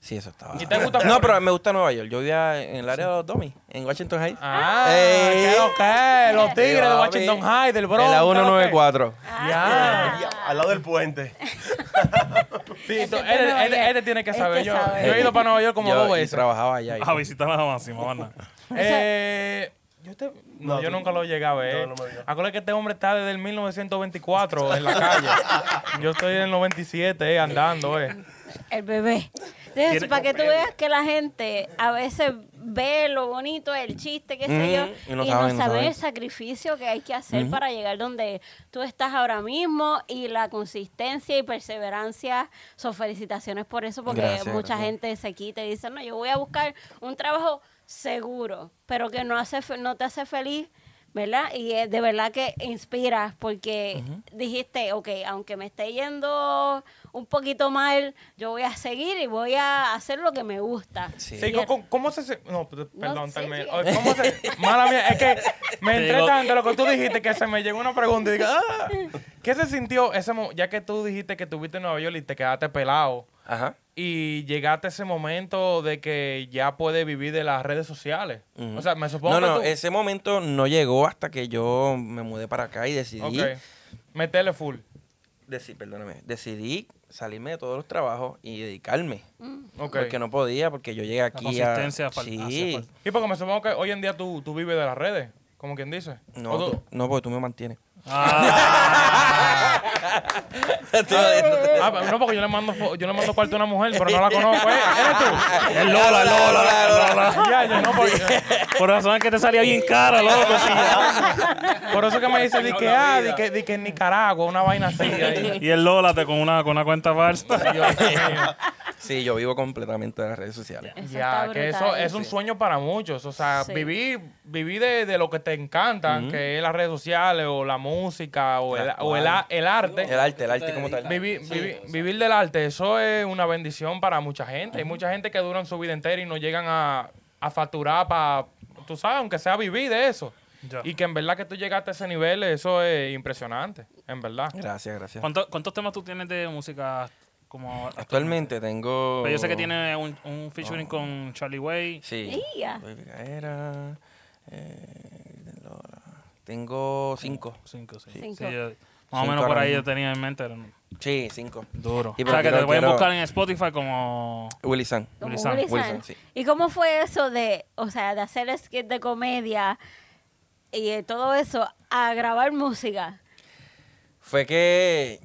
A: Sí, eso estaba.
B: ¿Y te gusta
A: no,
B: Florida?
A: pero me gusta Nueva York. Yo vivía en el área de los Domi, en Washington Heights.
B: Ah,
A: Ey.
B: ¿qué lo que es? Los tigres de
A: Papi,
B: Washington High, del Bronx.
A: En la
B: ¿qué lo que es?
A: 194.
B: Ya.
F: Ya, al lado del puente.
B: Sí, tú-
D: Este
B: él,
D: es Nueva
B: él-
D: York.
B: él tiene que
D: Este
B: saber. Yo,
D: sabe.
B: yo he ido para Nueva York como
A: Yo-
B: dos
A: y
B: veces. Ah,
A: trabajaba allá. y-
C: A visitar a Ah, la máxima, ¿verdad?
B: Eh, yo te- no,
F: No,
B: yo
F: tú-
B: nunca lo llegué a ver.
F: No, no me digas.
B: Acuérdate que este hombre está desde el 1924 en la calle. yo estoy en el 97 eh, andando, eh.
D: El bebé. De eso, para que tú veas que la gente a veces ve lo bonito, el chiste, qué sé yo,
A: Mm,
D: y no, sabe, el sacrificio que hay que hacer para llegar donde tú estás ahora mismo y la consistencia y perseverancia. Son felicitaciones por eso, porque
A: Gracias,
D: mucha
A: gracias.
D: gente se quita y dice, no, yo voy a buscar un trabajo seguro, pero que no, hace, fe- no te hace feliz. ¿Verdad? Y eh, de verdad que inspiras porque dijiste, ok, aunque me esté yendo un poquito mal, yo voy a seguir y voy a hacer lo que me gusta.
A: Sí.
B: Sí,
D: Y
B: ¿cómo- ¿cómo, cómo se... se- No, p- perdón,
D: sí,
B: Talmel.
D: sí.
B: Oye, ¿Cómo se...? Mala mía,
A: [laughs]
B: es que me
C: Te
B: entré
C: digo-
B: tanto lo que tú dijiste que se me llegó una pregunta y digo, ah, ¿qué se sintió ese mo- Ya que tú dijiste que tuviste en Nueva York y te quedaste pelado
A: Ajá.
B: y llegaste a ese momento de que ya puedes vivir de las redes sociales.
A: Ujú.
B: O sea, me supongo
A: No, no,
B: que tú...
A: ese momento no llegó hasta que yo me mudé para acá y decidí,
B: Ok, meterle full.
A: deci- perdóname, decidí salirme de todos los trabajos y dedicarme.
B: Mm. Ok.
A: Porque no podía, porque yo llegué aquí a...
C: consistencia fal- hace
A: Sí,
C: falta.
B: Y porque me supongo que hoy en día tú, tú vives de las redes, como quien dice.
A: no,
B: O tú-
A: tú- no, porque tú me mantienes.
B: [laughs] Ah, no, porque yo le mando, fo- yo le mando cuarto a una mujer, pero no
A: [laughs]
B: la conozco. ¿eh? ¿Eres tú?
C: Es Lola, Lola, Lola, Lola.
B: Ya, ya, no, por,
C: Por razón es que te salía bien cara, loco. sí.
B: por eso que me
D: [laughs]
B: dice di que, ah, di que, di que en Nicaragua, una vaina así. ahí.
C: Y el Lola te con una, con una
A: [laughs]
C: cuenta falsa.
B: Dios mío.
A: [laughs] Sí, yo vivo completamente en las redes sociales.
D: Eso
B: ya,
D: está
B: que eso
D: brutal.
B: es un sueño para muchos. O sea,
D: Sí.
B: vivir, vivir de, de lo que te encanta, que es las redes sociales o la música o el, o el, a- el arte.
A: El arte, el arte como tal.
B: Vivir, vivir- vivir del arte, eso es una bendición para mucha gente. Hay mucha gente que duran su vida entera y no llegan a, a facturar para, tú sabes, aunque sea vivir de eso.
C: Ya.
B: Y que en verdad que tú llegaste a ese nivel, eso es impresionante, en verdad.
A: Gracias, gracias.
C: ¿Cuánto- ¿Cuántos temas tú tienes de música como
A: Actualmente tengo...
C: Pero yo sé que tiene un, un featuring con Charlie Way.
A: Sí.
D: Ya.
A: Era, eh, Lola. Tengo cinco.
C: Cinco, sí.
D: Cinco.
C: Sí, yo- más o
A: Cinco
C: menos por
A: ahora
C: ahí yo
A: mismo.
C: tenía en mente. Era un-
A: Sí, cinco.
C: duro.
A: Y
C: o sea, que
A: quiero-
C: te pueden
A: quiero-
C: buscar en Spotify como...
A: Willy San.
D: Como
C: Willy San,
D: Willy
A: Willy
D: San.
B: pues,
A: San, sí.
D: ¿Y cómo fue eso de, o sea, de hacer skit de comedia y eh, todo eso a grabar música?
A: Fue que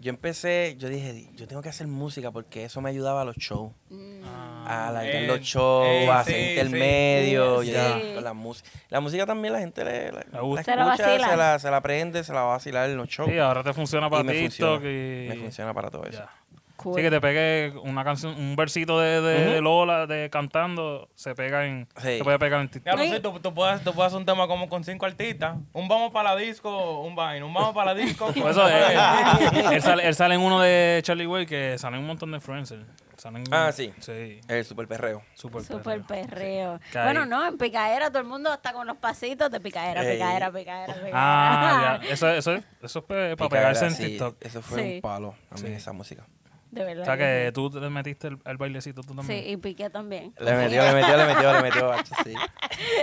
A: yo empecé, yo dije, yo tengo que hacer música porque eso me ayudaba a los shows.
C: Mm.
A: A
C: Ah,
A: alargar
B: Eh,
A: los shows,
B: eh,
A: a
B: sí,
A: sentir el
B: sí.
A: medio.
D: Sí.
A: yo dije, con la música. La música también la gente le, la, la
C: gusta.
D: Se la
A: escucha,
D: vacila.
A: se la, se la aprende, se la va a vacilar en los shows.
C: Sí, ahora te funciona
A: Oh. y
C: para
A: me
C: TikTok
A: funciona.
C: y...
A: Me funciona para todo eso.
C: Ya.
D: Cool.
C: Sí, que te pegue una canción, un versito de, de- de Lola de cantando, se pega en...
A: Sí.
C: Se puede pegar en
B: Ya
C: TikTok.
B: lo sé, tú, tú puedes, tú puedes hacer un tema como con cinco artistas. Un vamos para la disco, un vaina. Un vamos para
C: [laughs]
B: la disco.
A: [laughs]
C: Pues Por eso, eh, él, sale, él sale en uno de Charlie Way que sale un montón de influencers. Salen-
A: Ah, sí.
C: Sí.
A: El super perreo.
C: Super,
D: Super
C: perreo.
D: perreo.
C: Que ahí-
D: Bueno, no, en picadera todo el mundo está con los pasitos de picadera,
A: Ey.
D: picadera, picadera, picadera.
C: Ah, ya. Eso, eso, eso es pe- para
A: Picadera,
C: pegarse en
A: sí,
C: TikTok.
A: Eso fue
D: Sí.
A: un palo también,
C: Sí.
A: esa música.
D: [laughs] De verdad.
C: O sea
D: que
C: que tú te metiste el, al bailecito tú
D: sí.
C: también.
D: Sí, y piqué también.
A: Le metió, le metió, le metió, le
D: [laughs]
A: metió. bacho, sí.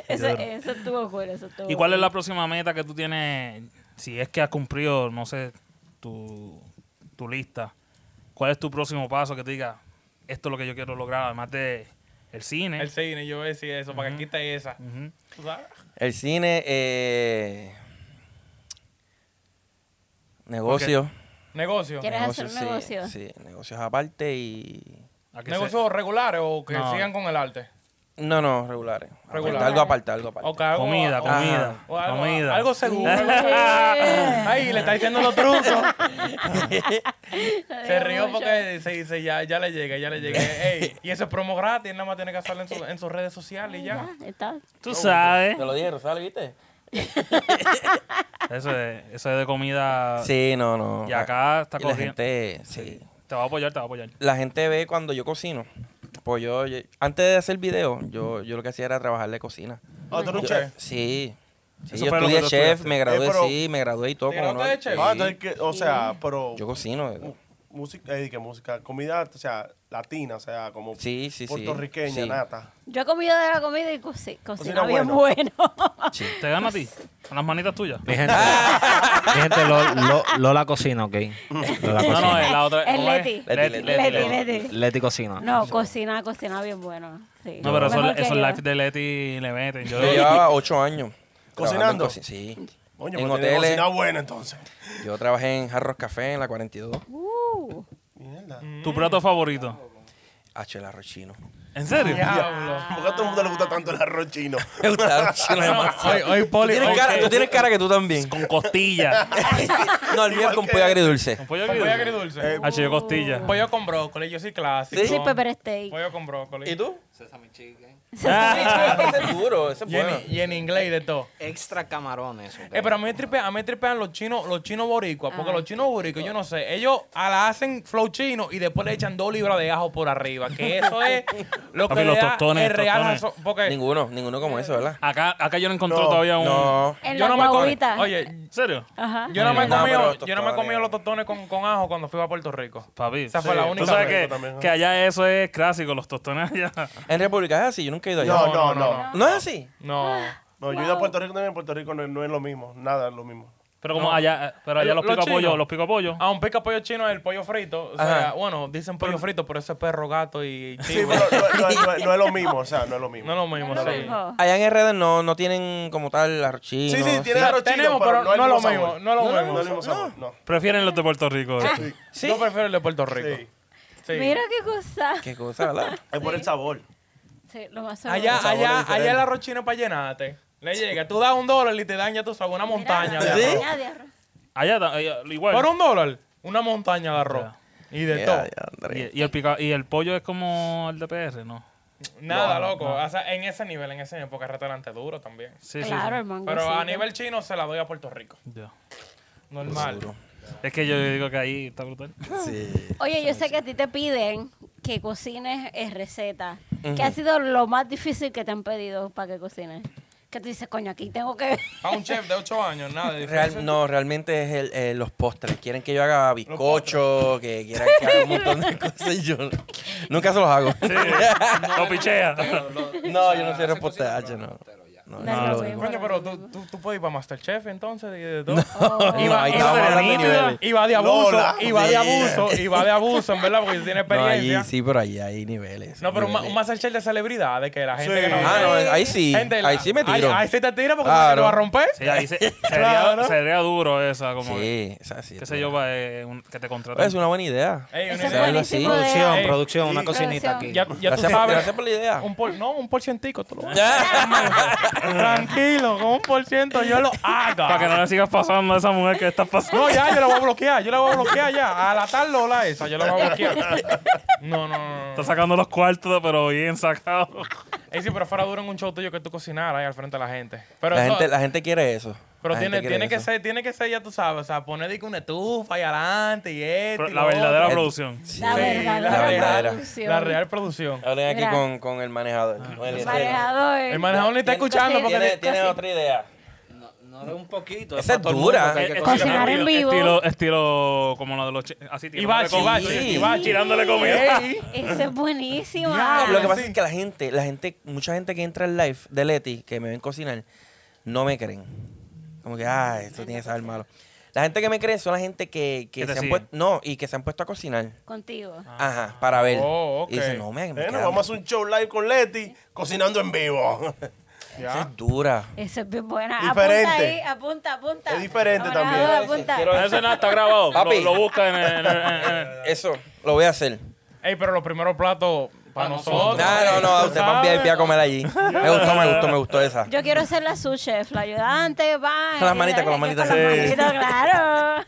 D: Eso, eso estuvo cool, eso estuvo
C: ¿Y cuál es
D: cool.
C: la próxima meta que tú tienes? Si es que has cumplido, no sé, tu, tu lista. ¿Cuál es tu próximo paso que te diga, esto es lo que yo quiero lograr, además de el cine?
B: El cine, yo voy a decir eso, para que quite esa.
C: Ujú.
B: ¿Tú sabes?
A: El cine, eh, negocio.
B: Negocio.
D: ¿Quieres hacer un
A: negocios, sí,
D: negocio?
A: Sí, negocios aparte y...
C: ¿A qué se-
B: ¿Negocios regulares o que
C: No.
B: sigan con el arte?
A: No, no, regulares. Aparte,
B: Regulares.
A: algo aparte, algo aparte. [laughs]
B: Ok, algo-
C: Comida,
B: o-
C: comida,
B: o algo,
C: comida.
B: Algo seguro.
D: Eh.
B: [laughs] Ay, le está diciendo los trucos. Se rió porque se dice, ya, ya le llegué, ya le llegué. Ey, y ese es promo gratis, nada más tiene que hacerlo en, su- en sus redes sociales y ya.
D: Ya, está.
C: Tú sabes.
A: [laughs] Te lo dije, Rosario, ¿viste?
C: Eso es, eso es de comida.
A: Sí, no, no.
C: Y acá está
A: Y la
C: corriendo.
A: gente, sí.
C: Te va a apoyar, te va a apoyar.
A: La gente ve cuando yo cocino. Pues yo, yo- antes de hacer video, yo, yo lo que hacía era trabajar de cocina.
F: Ah, tú eres un
A: Yo-
F: chef.
A: Sí. Sí,
C: Eso
A: yo
C: fue lo que
A: estudié
C: tú
A: chef,
C: estudiaste.
A: me gradué,
F: Eh, pero-
A: sí, me gradué y todo.
B: ¿Te
A: como
B: graduaste de
A: no-
B: chef?
A: sí.
F: Ah, entonces que- o sea, pero
A: Yo cocino.
F: mu- música, eh, que música, comida, o sea, latina, o sea, como
A: Sí, sí, sí.
F: puertorriqueña,
A: Sí.
F: nata.
D: Yo he comido de la comida y cosi- cocina
F: Cocina
D: bien bueno.
F: bueno.
C: ¿Te gana a ti? ¿Con las manitas tuyas?
G: Mi gente, mi gente lo, lo- Lola cocina, ¿ok? Lola
C: No, no, es [laughs]
G: cocina.
C: la otra.
D: Es
C: ¿cómo es?
D: Leti.
A: Leti,
D: Leti, Leti.
G: Leti cocina.
D: No, cocina, cocina bien bueno. Sí.
C: No, pero eso-
D: Mejor
C: esos
D: que
C: eso
D: yo.
C: live de Leti le meten. Yo,
A: Yo llevaba ocho años. trabajando
F: ¿Cocinando?
A: en coci- sí.
F: Coño,
A: en
F: pero tiene
A: hoteles.
F: cocina buena entonces.
A: Yo trabajé en Jarros Café en la 42.
D: Uh,
F: Mierda.
B: Mm.
C: ¿Tu plato favorito?
A: H. el arroz chino. [laughs]
C: ¿En serio?
B: Diablo.
F: ¿Por qué a todo el mundo le gusta tanto el
A: [laughs]
F: arroz chino?
A: Me gusta el arroz chino demasiado.
B: Hoy, hoy
A: Tú
B: Poli.
A: tienes,
B: hoy-
A: cara, tú tienes cara que tú también.
C: Con [laughs] costilla.
A: [laughs] No, el mío es con pollo agridulce.
C: ¿Con pollo
B: Con pollo
C: agridulce?
B: agridulce.
C: Ah, yo costilla.
B: Pollo con brócoli, yo soy clásico.
D: sí, pues, pepper steak.
B: Pollo con brócoli.
A: ¿Y tú?
C: Ah,
A: Ese es duro, ese es
B: Y en,
A: bueno.
B: y en inglés y de todo.
E: Extra camarones. ok.
B: Eh, pero a mí me tripean, a mí me tripean los chinos, los chinos boricuas, porque los chinos boricuas, yo no sé, ellos a la hacen flow chino y después le echan dos libras de ajo por arriba, que eso es lo que
C: Papi,
B: le
C: los
B: da
C: tostones,
B: el real
C: tostones.
B: razón, porque
A: Ninguno, ninguno como eso, ¿verdad?
C: acá, acá yo no encontré
F: No,
C: todavía un...
A: No.
D: En
B: yo
D: la
B: no me he comido-
D: guaguita.
B: oye,
C: ¿En serio?
D: Ajá.
B: yo no me he
A: No, pero
B: comido,
A: los
B: yo no me he
A: tostones-
B: comido los tostones con, con ajo cuando fui a Puerto Rico.
C: Papi,
B: Esa fue la única
C: Tú sabes
F: vez.
C: que,
F: También, ¿no?
C: que allá eso es clásico, los tostones allá.
A: En República es así, yo nunca he ido allá.
F: No, no, no. No,
A: ¿No es así?
B: No.
F: yo he ido a Puerto Rico también, en Puerto Rico no, es- no es lo mismo, nada es lo mismo.
C: [laughs] Pero como allá, pero allá
B: Lo-
C: los Ah.
B: los
C: pico pollo,
B: chinos.
C: los pico pollo.
B: A un pica pollo chino es el pollo frito, o
A: Ajá.
B: sea, bueno, dicen pollo frito, pero eso es perro, gato y
F: Sí,
B: chivo.
F: pero no, no- no- no es lo mismo, o sea, no es lo mismo.
B: No es lo mismo,
D: No lo
B: sí.
D: mismo.
A: Allá en RD no, no tienen como tal arroz chino.
F: Sí, sí, tiene
B: La
F: arroz chino,
B: tenemos, pero no es lo
F: mismo
B: mismo,
F: sabor.
B: no es lo
F: No,
B: mismo.
F: No es el mismo sabor, no.
C: Prefieren los de Puerto Rico.
A: Sí.
B: Yo prefiero el de Puerto Rico.
F: Sí.
B: Sí.
D: Mira qué cosa.
A: Qué cosa, ¿verdad?
F: Es por el sabor.
D: Sí, lo más
B: Allá,
F: sabor
B: allá,
F: diferente.
B: allá el arroz chino para llenarte. Le llega, tú das un dólar y te dan Ah, ya tú sabes una montaña de
A: ¿Sí?
B: arroz.
C: Allá, da- allá, igual.
B: Por un dólar, una montaña de arroz. Y de
A: Ya,
B: todo.
A: ya, Andrés.
C: y, y el pica- y el pollo es como el de PR, ¿no?
B: Nada, loco. O sea, en ese nivel, en ese nivel, porque es restaurante duro también.
C: Sí, sí,
D: claro,
C: sí.
D: el mango.
B: Pero a nivel chino se la doy a Puerto Rico.
C: Ya.
B: Normal.
C: Es que yo digo que ahí está brutal.
A: Sí.
D: Oye, yo sé que a ti te piden que cocines eh, recetas. ¿Qué ha sido lo más difícil que te han pedido para que cocines? Que tú dices, coño, aquí tengo que...
B: A un chef de 8 años, nada. de
A: Real-
B: diferencia.
A: no, realmente es el, eh, los postres. Quieren que yo haga bizcocho, que quieran que haga un montón de [laughs] cosas y yo nunca se los hago.
C: [laughs] Lo pichea.
A: [laughs] No, yo no soy reportero, no. No,
D: No,
A: yo
D: no,
A: lo
D: no.
A: digo.
B: Coño, pero tú, tú, tú puedes ir para Masterchef entonces y de todo.
C: Oh.
A: [laughs] No, ahí estamos
C: Eso era
A: hablando de
C: nítido.
A: niveles.
B: Y va de abuso,
F: Lola.
B: y va de
A: Sí.
B: abuso, y va de abuso, en verdad, porque tiene
A: No, allí
B: experiencia.
A: sí, pero allí hay niveles.
B: No, pero un, ma-
A: niveles.
B: un Masterchef de celebridades que la gente
F: Sí.
B: que no
A: Ah, no, ahí sí.
B: Gente, la-
A: ahí sí me tiro.
B: Ahí, ahí sí te tira porque
A: Claro.
B: no te va a romper.
C: Sí, ahí se- sería,
B: Claro.
C: sería duro esa, como
A: Sí,
C: que,
A: Pues esa sí.
C: qué sé yo, pa- eh, un- que te contraten.
A: Es una buena idea.
B: Ey,
D: Eso
B: una
D: es
B: idea.
A: algo así.
D: buenísimo de-
G: Producción,
B: Ey,
G: producción, una cocinita aquí.
B: Ya, ya tú
A: Gracias por-
B: sabes.
A: gracias por la idea.
B: Un por, no, un porcientico. tú lo- [laughs] Tranquilo, con un por ciento yo lo
C: Para que
B: haga.
C: no le sigas pasando a esa mujer que estás pasando.
B: No, ya, yo la voy a bloquear. Yo la voy a bloquear ya. A la tal Lola esa, yo la voy a bloquear. No, no, no. no.
C: Está sacando los cuartos, pero bien sacado.
B: Ey, sí, pero fuera duro en un show tuyo que tú cocinaras ahí al frente de la gente. Pero
A: La
B: eso-
A: gente, la gente quiere eso.
B: Pero
A: La
B: tiene,
A: gente
B: tiene
A: quiere
B: que
A: eso.
B: ser, tiene que ser, ya tú sabes, o sea, poner de que una estufa y adelante y esto.
C: Pero
B: y
C: la
B: lo
C: verdadera
B: otro.
C: producción.
A: Sí.
D: La
B: Sí,
D: verdadera
A: la verdadera.
D: producción.
B: La real producción.
A: Hablen aquí
D: Mira.
A: con, con el manejador. con el
D: El
A: ingeniero.
D: manejador.
B: El Ah, manejador ni está
A: Tiene-
B: escuchando porque
A: Tiene,
B: le-
A: tiene otra idea.
E: No, no de un poquito.
A: Esa
E: para
A: es
E: todo el
A: dura.
E: mundo que hay que
C: Eh, eh,
E: cocinar.
D: Cocinar en vivo.
C: Estilo, estilo como la de los... chi- Así, tirándole
B: Hibachi,
C: comida.
A: hibachi,
C: Sí.
A: hibachi.
C: Tirándole comida.
B: Ey.
D: Esa es buenísima.
B: Ya,
A: Lo que
B: Ah,
A: pasa
B: sí.
A: es que la gente, la gente, mucha gente que entra al live de Leti, que me ven cocinar, no me creen. Como que, ah, esto tiene que saber malo. La gente que me cree son la gente que, que
C: Que te
A: se han
C: siguen.
A: puesto, no, y que se han puesto a cocinar.
D: Contigo.
A: Ajá, para ver.
B: Ah. Oh, ok.
A: Y dicen, no, me, me
F: Bueno,
A: queda-
F: vamos a hacer un show live con Leti, cocinando en vivo.
A: Esa es dura.
D: Esa es bien buena.
F: Diferente.
D: Apunta ahí, apunta, apunta.
F: Es diferente también.
D: Manejador, Apunta.
A: Quiero-
C: Ah, Eso nada, está grabado.
A: Papi.
C: Lo, lo busca en el... en el- en el-
A: Eso, lo voy a hacer.
B: Ey, pero los primeros platos para
E: Para
B: nosotros.
A: No,
E: nosotros.
A: no, no, usted va a
B: ¿sabes?
A: enviar a comer allí. Me gustó, me gustó, me gustó esa.
D: Yo quiero ser la sous chef, la ayudante, va.
A: Con las manitas, con las manitas,
D: Con las
C: sí.
A: [laughs]
D: manitas, claro.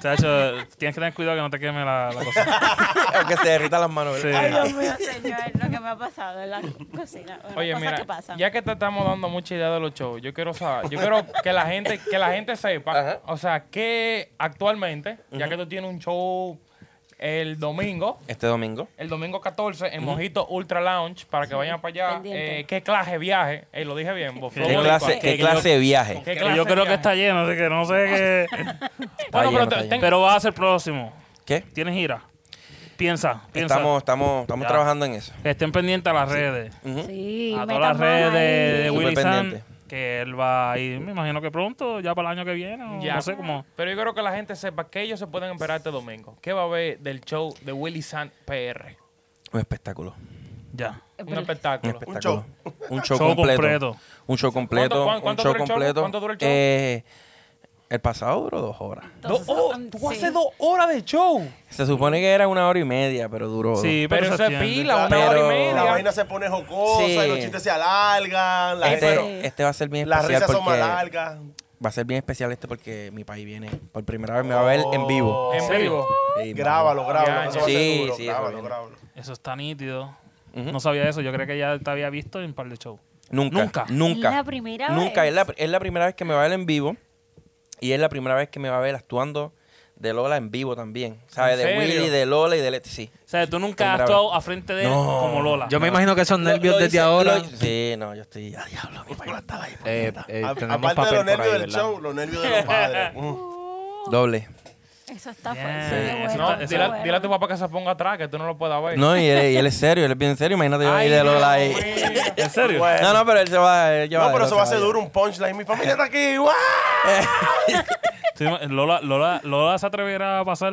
C: Chacho, tienes que tener cuidado que no te queme la, la cosa.
A: Aunque se derritan las manos.
C: Sí.
A: ¿verdad?
D: Ay, Dios mío, señor, lo que me ha pasado en la cocina. Una
B: Oye,
D: cosa
B: mira,
D: que pasa.
B: ya que te estamos dando mucha idea de los shows, yo quiero saber, yo quiero que la gente, que la gente sepa,
A: Ajá.
B: o sea, que actualmente, ya que tú tienes un show el domingo,
A: Este domingo.
B: el domingo 14 en Mojito Ultra Lounge, para que vayan para allá,
D: pendiente.
B: eh, qué clase de viaje, Ey, lo eh, dije bien, vos,
A: ¿Qué
B: Flow
A: clase,
B: Boricua.
A: qué
C: que
A: clase de viaje?
B: [laughs] ¿Qué
C: Que
B: clase
C: yo
B: de
C: creo
B: viaje?
C: que está lleno, así que no sé qué.
A: Está
B: Bueno,
A: lleno,
B: pero, te-
A: está lleno.
B: tengo-
C: Pero va a ser próximo.
A: ¿Qué?
C: ¿Tienes gira? Piensa, piensa.
A: Estamos, estamos, estamos
C: Ya.
A: trabajando en eso.
C: Estén pendientes a las redes.
A: Ujú.
D: Sí,
C: A todas
D: metan
C: las redes
D: mano
C: de, de
D: ahí.
A: Súper
C: Willy San.
A: pendiente.
C: Que él va a ir, me imagino que pronto, ya para el año que viene. o
B: Ya.
C: No sé cómo.
B: Pero yo creo que la gente sepa que ellos se pueden esperar este domingo. ¿Qué va a haber del show de Willy Sand PR?
A: Un espectáculo.
C: Ya.
B: Un
A: Un
B: espectáculo.
A: espectáculo.
F: [laughs]
A: Un show,
C: Show
A: completo.
C: completo.
A: Un show completo.
B: ¿Cuánto- cuán- cuánto
A: un show
B: dura el show?
A: completo.
B: ¿Cuánto dura el show?
A: Eh, el pasado duró dos horas.
D: Entonces,
B: Dos- oh,
D: um,
B: tú
D: sí.
B: haces dos horas de show.
A: Se supone que era una hora y media, pero duró.
C: Sí,
B: Pero eso es
C: atiende.
B: pila, una
A: Pero-
B: hora
A: Sí.
B: y
F: La
B: media.
F: vaina se pone jocosa
A: Sí.
F: y los chistes se alargan. La
A: dos.
F: gente-
A: Este, este va a ser bien
F: las
A: especial
F: risas son más
A: porque
F: largas.
A: va a ser bien especial este porque mi país viene por primera vez me va a ver en vivo.
B: En vivo.
A: Sí,
F: Grábalo, grábalo.
B: Ya,
F: eso va a ser
A: sí,
F: duro,
A: sí, eso
F: grábalo,
A: viene.
F: grábalo.
C: Eso está nítido. No sabía eso. Yo creo que ya te había visto en un par de shows.
A: Nunca,
C: Nunca.
A: nunca, nunca.
D: Es la primera
A: Nunca,
D: vez.
A: Es, la, es la primera vez que me va a ver en vivo y es la primera vez que me va a ver actuando de Lola en vivo también. ¿Sabes?
B: ¿En
A: De
B: serio?
A: Willy, de Lola y de Leti, sí.
C: O sea, tú nunca has
A: Primera
C: actuado a frente de él
A: No.
C: como Lola.
G: Yo me imagino que esos
A: Lo-
G: nervios
A: lo
G: desde
A: hice-
G: ahora.
A: lo- sí, no, yo estoy. A diablo, mi país estaba ahí.
G: eh, eh,
F: A- Aparte
G: tenemos
F: de
G: papel
F: los
G: por
F: nervios
G: ahí,
F: del
G: ¿verdad?
F: show, los nervios de los padres. Mm.
D: Oh.
A: Doble.
D: Eso está
C: Bien.
D: fuerte.
C: Sí,
D: qué
C: eso
D: bueno,
B: No,
C: está-
D: qué
B: dile, a-
D: bueno.
B: dile a tu papá que se ponga atrás, que tú no lo puedas ver.
A: No, y él, y él es serio, él es bien serio. Imagínate yo ahí de Lola ahí.
C: ¿En serio?
F: Bueno.
A: No, no, pero él se va. él lleva
F: No, pero
A: él
F: eso va a
A: se
F: ser duro, un punchline. Mi familia está aquí. ¡guau!
C: Sí, Lola, Lola, Lola se atreverá a [laughs] pasar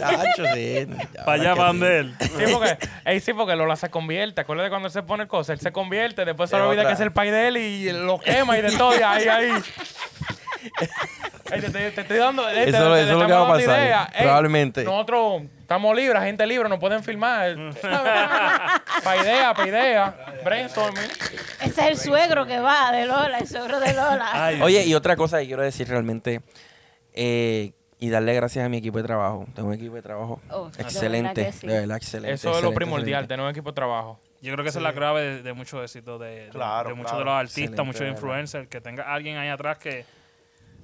A: Tacho, sí.
C: para allá, para donde él.
B: Sí, porque, ey, sí, porque Lola se convierte. Acuérdate cuando él se pone el cosa. Él se convierte, después se
A: Es
B: le olvida
A: otra.
B: que es el país de él y lo quema y de todo. Y
A: [laughs]
B: ahí, ahí. Ey, te, te- te estoy dando. ey, te-
A: Eso- eso
B: te- te
A: es lo que
B: estamos
A: va a
B: dando
A: pasar,
B: idea. Ey,
A: probablemente.
B: Nosotros estamos libres, gente libre, nos pueden filmar.
A: [laughs]
B: pa' idea, pa' idea. Brainstorming.
D: Ese es el suegro que va de Lola, el suegro de Lola.
C: Ay,
A: Oye, y otra cosa que quiero decir realmente. eh, y darle gracias a mi equipo de trabajo. Tengo un equipo de trabajo
D: Oh, de
A: excelente.
D: verdad que sí.
A: De verdad, excelente.
B: Eso es lo
A: excelente,
B: primordial,
A: excelente.
B: tener un equipo de trabajo.
C: Yo creo que esa es la clave de, de muchos éxitos de, de-
F: Claro,
C: de muchos
F: claro.
C: de los artistas,
A: Excelente,
C: muchos
A: ¿verdad?
C: influencers, que tenga alguien ahí atrás que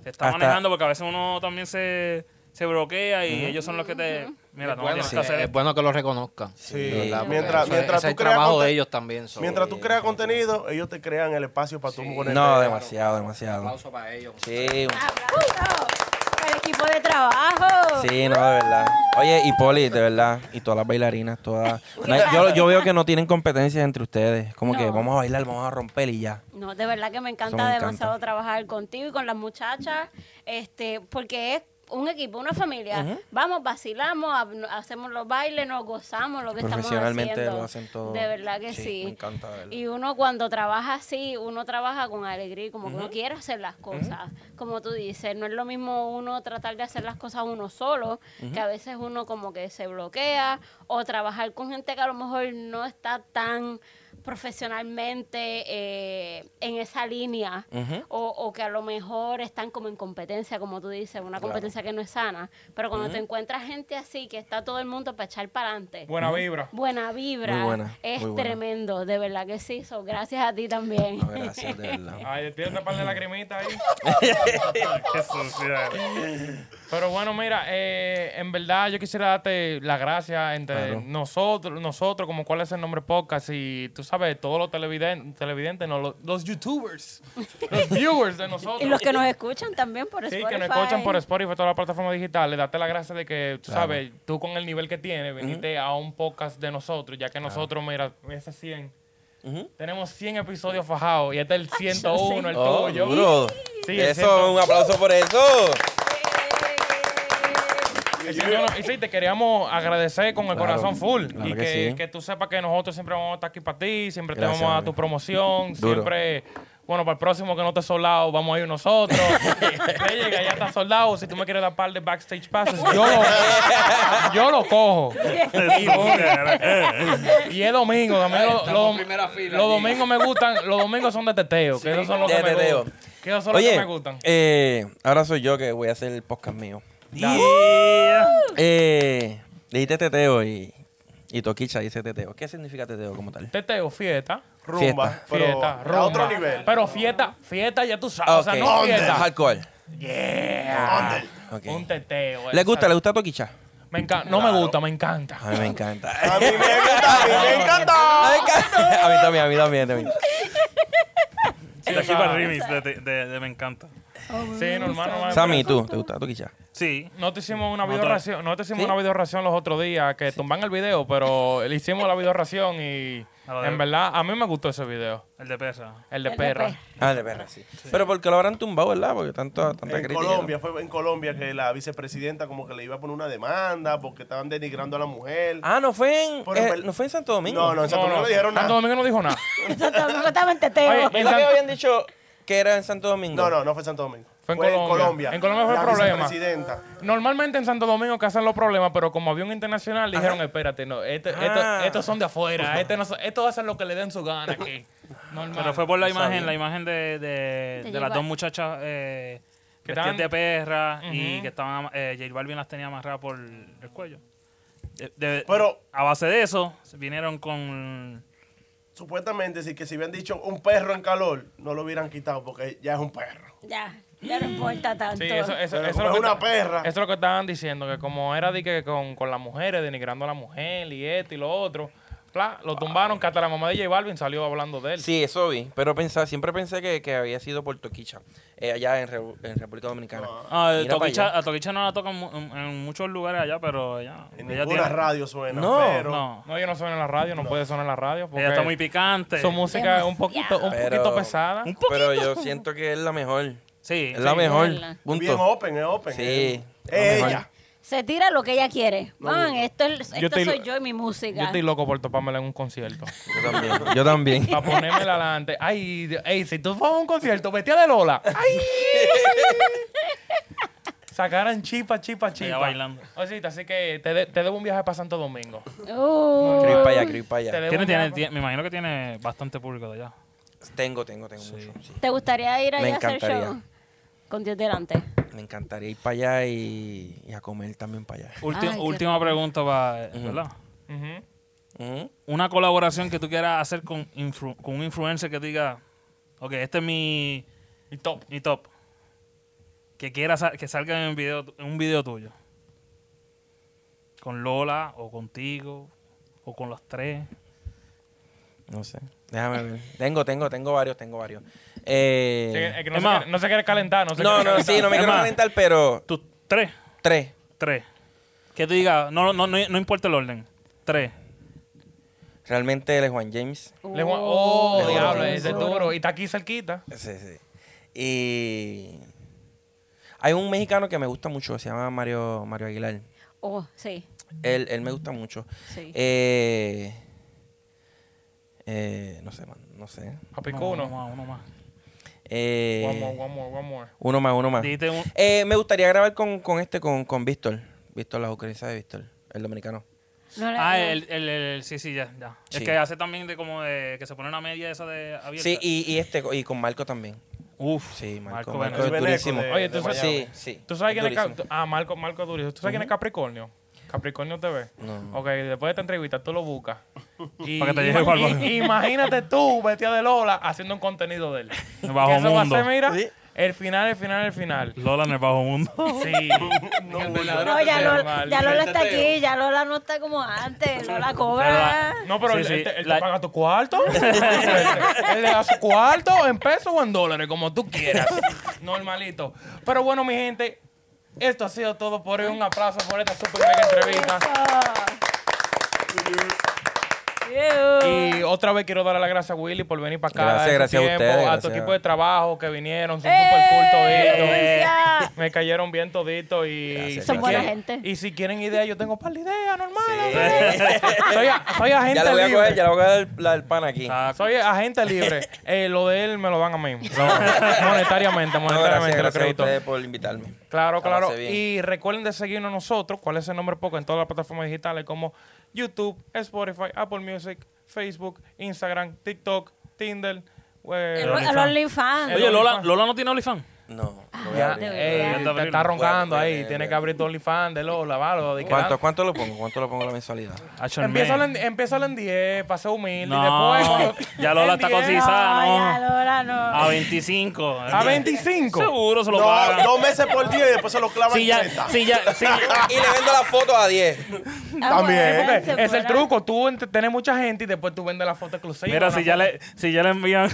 C: te está
A: Hasta-
C: manejando, porque a veces uno también se, se bloquea y ellos son los que te... Mira, no,
E: Bueno,
C: tienes
E: sí,
C: que hacer
E: es bueno que lo reconozcan.
F: Sí,
E: ¿verdad? Porque
F: mientras-
E: eso es-
F: mientras
E: ese es el
F: tú creas
E: trabajo
F: conte-
E: de ellos también. so-
F: Mientras tú creas contenido, ellos te crean el espacio para tú ponerte.
A: No,
F: [laughs] No,
A: demasiado, demasiado.
E: Aplauso para ellos.
A: Sí, un-
D: ¡Aplauso! El equipo de trabajo.
A: Sí, no, de verdad. Oye, y Poli, de verdad, y todas las bailarinas, todas. No hay- yo, yo veo que no tienen competencias entre ustedes. Como que
D: No.
A: vamos a bailar, vamos a romper y ya.
D: No, de verdad que me encanta
A: Eso me encanta.
D: demasiado trabajar contigo y con las muchachas, este, porque es un equipo, una familia. Vamos, vacilamos, ha- hacemos los bailes, nos gozamos lo que estamos haciendo.
A: Profesionalmente lo hacen todo.
D: De verdad que sí.
A: Sí, me encanta, de verdad.
D: Y uno cuando trabaja así, uno trabaja con alegría, y como que uno quiere hacer las cosas. Como tú dices, no es lo mismo uno tratar de hacer las cosas uno solo, que a veces uno como que se bloquea, o trabajar con gente que a lo mejor no está tan profesionalmente eh, en esa línea
A: Ujú.
D: o, o que a lo mejor están como en competencia, como tú dices, una competencia que no es sana. Pero cuando te encuentras gente así, que está todo el mundo para echar para adelante,
B: Buena vibra.
D: buena vibra,
A: Muy buena,
D: es
A: muy buena.
D: tremendo, de verdad que sí. So, gracias a ti también.
A: No, gracias, de
B: [laughs]
A: verdad.
B: Ay, tiene una par de lagrimitas ahí.
C: Qué suciedad.
B: Pero bueno, mira, eh, en verdad yo quisiera darte las gracias entre
A: Claro.
B: nosotros, nosotros, como cuál es el nombre podcast, y tú sabes, todos los televiden- televidentes, no, los, los youtubers, los viewers de nosotros.
D: [laughs] Y los que nos escuchan también por
B: Sí,
D: Spotify.
B: que nos escuchan por Spotify, todas las plataformas digitales. Date la gracia de que, tú sabes, tú con el nivel que tienes, viniste a un podcast de nosotros, ya que nosotros, mira, ese 100.
A: Ujú.
B: Tenemos 100 episodios fajados y este
D: [laughs]
B: es el
D: Ah, yo
B: 101, el
A: Oh,
B: tuyo.
A: duro.
B: Sí, el
A: eso,
B: ciento-
A: un aplauso por eso.
B: El señor- Y sí, te queríamos agradecer con el
A: Claro,
B: corazón full.
A: claro
B: y que,
A: que sí.
B: que tú sepas que nosotros siempre vamos a estar aquí para ti, siempre
A: Gracias,
B: te vamos a dar
A: amigo.
B: tu promoción,
A: Duro.
B: siempre. Bueno, para el próximo que no esté soldado, vamos a ir nosotros. [laughs] Ya llega, ya está soldado. Si tú me quieres dar par de backstage passes, yo lo, yo lo cojo. Y voy. Y es domingo, también los
E: Estamos en primera fila
B: los
E: aquí.
B: domingos me gustan, los domingos son de teteo, que esos son los
A: de
B: que me
A: teteo.
B: gustan. Que esos son los que
A: Oye,
B: me gustan.
A: eh, ahora soy yo que voy a hacer el podcast mío.
C: Yeah.
A: Eh, dijiste teteo y, y Toquicha dice teteo. ¿Qué significa teteo como tal?
B: Teteo, fiesta.
F: Rumba.
A: Fiesta.
F: Pero
B: fiesta,
F: a
B: rumba.
F: otro nivel.
B: Pero fiesta, fiesta ya tú sabes.
A: Ah,
B: O sea,
A: ok.
B: no fiesta.
A: Hardcore.
B: Yeah.
A: Ok.
B: Ah, Un teteo.
A: ¿Le
B: esa-
A: gusta, le gusta Toquicha?
B: Me encanta. No me gusta, me encanta.
A: A mí me encanta.
F: [laughs] A mí me encanta, a mí me encanta.
A: A mí me encanta. [laughs] A mí también, a mí también. también.
C: De aquí para remix, de, de- de- de me encanta.
B: Sí, normal, normal.
A: Sammy, ¿tú? ¿Te gusta Toquicha?
C: Sí.
B: No te hicimos una
C: Otra.
B: videorración, no te hicimos una videorración los otros días que tumban el video, pero le hicimos la videorración y
C: A lo de-
B: en verdad a mí me gustó ese video,
C: El de perra.
B: el de
D: El de
B: perra.
D: perra.
A: Ah, de perra, sí. Pero porque lo habrán tumbado, ¿verdad? Porque tanto, tanta
F: En
A: crítica.
F: Colombia, fue en Colombia que la vicepresidenta como que le iba a poner una demanda porque estaban denigrando a la mujer.
A: Ah, no fue en,
F: Por
A: eh,
F: el-
A: no fue en Santo Domingo.
F: No, no, en Santo Domingo no dijeron
B: Santo
F: nada.
B: Domingo no dijo nada.
D: Eso tampoco estaba en teteo.
B: Oye,
A: ¿Verdad que habían dicho que era en Santo Domingo?
F: No, no, no fue en Santo Domingo.
B: Fue en Colombia. En Colombia fue el
F: la
B: problema.
F: vicepresidenta.
B: Normalmente en Santo Domingo que hacen los problemas, pero como había un internacional, dijeron, espérate, no, este- esto-
A: Ah.
B: estos son de afuera, este no son- estos hacen lo que le den su gana aquí. Normal.
C: Pero fue por la imagen, la imagen de, de,
D: De
C: de las
D: J
C: dos muchachas eh,
B: Que
C: vestidas
B: estaban-
C: de perra y
B: Ujú.
C: que estaban, ama- eh, J Balvin las tenía amarradas por el cuello. De- de-
F: Pero-
C: a base de eso, vinieron con...
F: Supuestamente, si, que si hubieran dicho un perro en calor, no lo hubieran quitado porque ya es un perro.
D: Ya, ya no importa tanto.
B: Sí, eso, eso,
F: Pero
B: eso
F: como
B: es lo
F: es
B: que
F: una
B: ta-
F: perra.
B: Eso es lo que estaban diciendo, que como era de que con, con las mujeres, denigrando a la mujer y esto y lo otro, pla, lo tumbaron, que hasta la mamá de J Balvin salió hablando de él.
A: [laughs] Sí, eso vi. Pero pensaba, siempre pensé que, que había sido por Toquicha, eh, allá en, Rebu- en República Dominicana.
C: Ah,
A: Mira pa'
C: Toquicha-
A: allá.
C: a Toquicha no la tocan mu- en, en muchos lugares allá, pero ella,
F: En
C: ella
F: ninguna
C: tiene-
F: radio suena.
A: No,
F: pero
C: No,
B: No, yo no suena en la radio, no, puede sonar en la radio. Porque
C: ella está muy picante.
B: Su música es un poquito, un
A: Pero-
B: poquito pesada.
A: Pero yo siento que es la mejor.
C: Sí,
A: Es la mejor.
D: verdad.
F: Bien oh.
A: Punto.
F: open, es open.
A: Sí.
F: Es
A: la
F: ella.
D: Se tira lo que ella quiere. Man, esto, es- esto
B: estoy-
D: soy yo y mi
B: Yo
D: música.
B: estoy loco por topármela en un concierto.
A: mejor. Yo también. Yo también.
B: Para ponérmela adelante. Ay, Dios- ey, si tú fueras a un concierto, vestida de Lola.
C: [laughs]
B: Ay. Sacaran chipa, chipa, chipa.
C: bailando.
B: Osita, así que te, de- te debo un viaje para Santo Domingo.
D: Uh,
A: [laughs] Quiero ir para allá, quiero ir para
B: Te
A: allá.
B: debo
C: Tiene- tiene-
B: un viaje pa-
C: tiene- me imagino que tiene bastante público de allá.
A: Tengo, tengo, tengo mucho. sí.
D: ¿Te gustaría ir
A: Me
D: allá a hacer
A: encantaría.
D: show? Con Dios delante.
A: Me encantaría ir para allá y, y a comer también para allá.
C: Ulti-
D: Ay, qué
C: última pregunta para... ¿Verdad?
B: Ujú.
A: Ujú.
C: una colaboración que tú quieras hacer con, influ- con un influencer que te diga, ok, este es mi,
B: Y top.
C: mi top. Que quiera sa- que salga en, un video, en un video tuyo. Con Lola, o contigo, o con los tres.
A: No sé. Déjame ver. Tengo, tengo, tengo varios, tengo varios. Eh,
B: Sí, es que no,
C: Es
B: se
C: más-
B: quiere, no se quiere calentar, no se
A: no,
B: quiere
A: no,
B: calentar.
A: sí,
B: [laughs]
A: no me
C: Es
A: quiero
C: más.
A: calentar, pero
C: Tú, tres,
A: tres.
C: tres. Que te diga, no, no, no, no importa el orden. Tres.
A: Realmente él es Juan James.
B: Le voy a- oh,
A: Oh,
B: diablo,
A: sí,
B: ese es duro. Y está aquí cerquita.
A: Sí, sí. Y hay un mexicano que me gusta mucho, se llama Mario, Mario Aguilar.
D: Oh, sí.
A: Él, él me gusta mucho.
D: Sí.
A: Eh, eh, no sé, man, no sé.
B: A
C: No,
B: Picuno.
C: uno más, uno más.
A: Eh,
B: One more, one more, one more.
A: uno más,
F: Ah.
A: uno más.
C: Dijiste un-
A: Eh, me gustaría grabar con, con este, con, con Víctor. Víctor, la ucraniana de Víctor, el dominicano.
D: No le-
C: Ah,
D: no.
C: el, el, el- sí, sí, ya, ya.
A: Sí.
C: Es que hace también de como de que se pone una media esa de abierta.
A: Sí, y, y este, y con Marco también.
C: Uf,
A: Sí, Marco,
C: Marco
A: Marco,
C: Beneco.
A: es
F: Beneco
A: durísimo.
F: de-
B: Oye, de entonces-
A: sí,
F: Guayabo.
A: sí.
B: ¿Tú [laughs] sabes quién es
A: durísimo.
B: Cap- Ah, Marco, Marco Durio. ¿Tú sabes quién es Capricornio? Capricornio TV.
A: No.
B: Ok, después de esta entrevista tú lo
C: [laughs]
B: buscas. Y,
C: Para que te
B: y-
C: llegue igual,
B: y-
C: bueno.
B: Imagínate tú, vestida de Lola, haciendo un contenido de él.
C: Bajo
B: Que eso va a
C: mundo.
B: ser, mira,
A: Sí.
B: el final, el final, el final.
C: Lola en el bajo mundo.
B: [laughs] Sí.
D: No, ya Lola,
B: Mal.
D: ya Lola está aquí, ya Lola no está como antes, Lola cobra.
B: No, pero
C: Sí,
B: él,
C: sí,
B: él te- él te
C: la-
B: paga
A: [laughs]
B: tu cuarto. él le da su cuarto en pesos o en dólares, como tú quieras. Normalito. Pero bueno, mi gente, esto ha sido todo por hoy. Un aplauso por esta super mega entrevista.
D: Eso. Ew.
B: Y otra vez quiero darle las gracias a Willy por venir para acá.
A: Gracias,
B: darse
A: gracias a
B: tiempo,
A: ustedes,
B: tu
A: gracias.
B: equipo de trabajo que vinieron, son
D: ¡Eh!
B: súper cool toditos.
D: Gracias.
B: Me cayeron bien toditos y...
A: Gracias,
D: Son
B: si
D: buena
B: quieren-
D: gente.
B: Y si quieren ideas, yo tengo par de ideas, normal.
A: Sí.
B: Soy, a- soy
A: [laughs]
B: agente
A: Ya la voy a
B: Ah, libre.
A: coger, ya la voy a coger la del pan aquí.
C: Está-
B: Soy agente libre. [laughs] Eh, lo de él me lo dan a [laughs] mí. monetariamente, monetariamente,
A: No, gracias,
B: lo
A: gracias a
B: crédito.
A: ustedes por invitarme.
B: Claro,
A: La
B: claro.
A: pasé bien.
B: Y recuerden de seguirnos nosotros, cuál es el nombre poco en todas las plataformas digitales como YouTube, Spotify, Apple Music, Facebook, Instagram, TikTok, Tinder. eh,
D: El- El OnlyFans.
C: [laughs]
B: El
C: Oye, Lola,
B: OnlyFans.
C: Lola no tiene OnlyFans.
A: No, lo voy a
B: ya,
A: abrir.
D: Debería.
B: ey,
C: Debería
B: te
C: abrirlo.
B: está roncando
A: Voy a
B: ahí.
A: abrirlo,
B: Tiene
A: voy
B: que
A: a
B: abrir tu OnlyFans de Lola, valo. de que
A: ¿Cuánto,
B: dan-
A: ¿Cuánto lo pongo? ¿Cuánto lo pongo la mensualidad?
C: Hacho, el
B: Empieza
C: men.
B: en, empieza en 10, pasa humilde y
C: No,
B: después. cuando-
C: ya Lola
B: en
C: está
B: 10,
D: No,
C: quizá, no.
D: ya Lola no.
B: Ah,
D: Ah,
C: A 25.
B: A 25.
C: Seguro se lo
F: No,
C: pagan.
F: dos meses por día y después se lo clavan
C: Si ya,
F: 30.
C: si ya,
F: [laughs]
C: si
A: Y le vendo la foto a 10.
D: Ah,
F: También.
D: bueno,
B: Porque
D: se
B: es el
D: fuera.
B: truco. Tú ent- tienes mucha gente y después tú vendes la foto exclusiva.
C: Mira,
B: una
C: si ya
B: foto-
C: le, si ya le envían,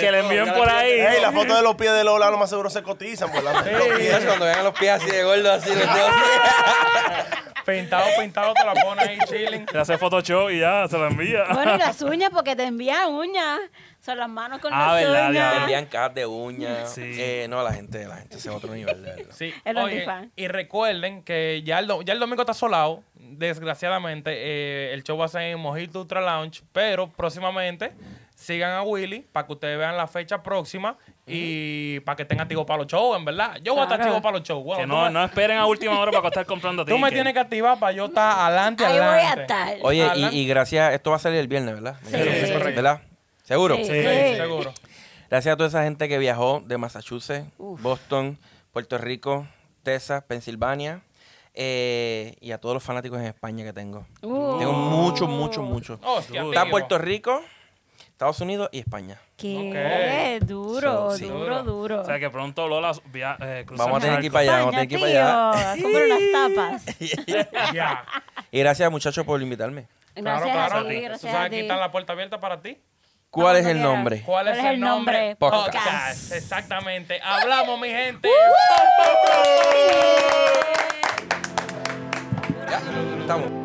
C: que le envíen por ahí.
F: Ey, la foto de los pies de Lola lo más seguro se cotizan. Pues, la- los
A: Y
F: pies.
A: eso, cuando vean los pies así de gordo, [laughs] así los dedos. así.
B: Pintado, pintado, te la pones ahí chilling.
C: Le hace Photoshop y ya se la envía.
D: Bueno, y las uñas, porque te envían uñas. Son las manos con
C: Ah,
D: las
C: verdad,
A: Le
D: uñas.
A: envían cat de uña.
C: Sí.
A: Eh, no, la gente, la gente es otro nivel, de verdad.
B: Sí.
D: [laughs] El
B: Oye,
D: OnlyFans.
B: y recuerden que ya el, do- ya el domingo está solado. Desgraciadamente, eh, el show va a ser en Mojito Ultra Lounge. Pero próximamente sigan a Willy para que ustedes vean la fecha próxima y para que estén activos para los shows, en verdad. Yo voy a estar
D: Claro.
B: activo para los shows.
C: [laughs]
B: Wow,
C: Que
B: tú
C: no,
B: me-
C: no esperen a última hora para estar comprando
B: Tú me
C: tickets.
B: tienes que activar para yo estar adelante,
D: Ahí voy a
B: adelante.
D: estar.
A: Oye, y,
B: Alan.
A: y gracias, esto va a salir el viernes, ¿verdad?
D: Sí.
B: Sí, correcto.
A: ¿Verdad? ¿Seguro?
D: Sí.
B: Sí,
D: Sí.
B: seguro.
A: Gracias a toda esa gente que viajó de Massachusetts, Boston, Puerto Rico, Texas, Pensilvania. eh, y a todos los fanáticos en España que tengo.
D: Uh.
A: Tengo muchos, muchos, muchos.
B: Hostia,
A: Está
B: amigo.
A: Puerto Rico, Estados Unidos y España.
D: Qué duro,
A: So, sí.
D: duro, duro.
C: O sea, que pronto Lola via- eh, cruza
A: Vamos a
C: el
A: tener que ir
C: charco.
A: para allá, vamos a
D: Coño,
A: tener que ir para allá.
D: tío, compra unas tapas.
B: Ya.
A: [laughs] Y gracias, muchachos, por invitarme.
B: Claro,
D: Gracias
B: claro.
D: a ti, gracias
B: Tú
D: a
B: sabes que
D: ti.
B: está la puerta abierta para ti.
A: ¿Cuál es
D: Cuando
A: el
D: quieras.
A: nombre?
B: ¿Cuál es el nombre?
A: Podcast.
B: Exactamente. Hablamos, mi gente.
A: Ya, estamos.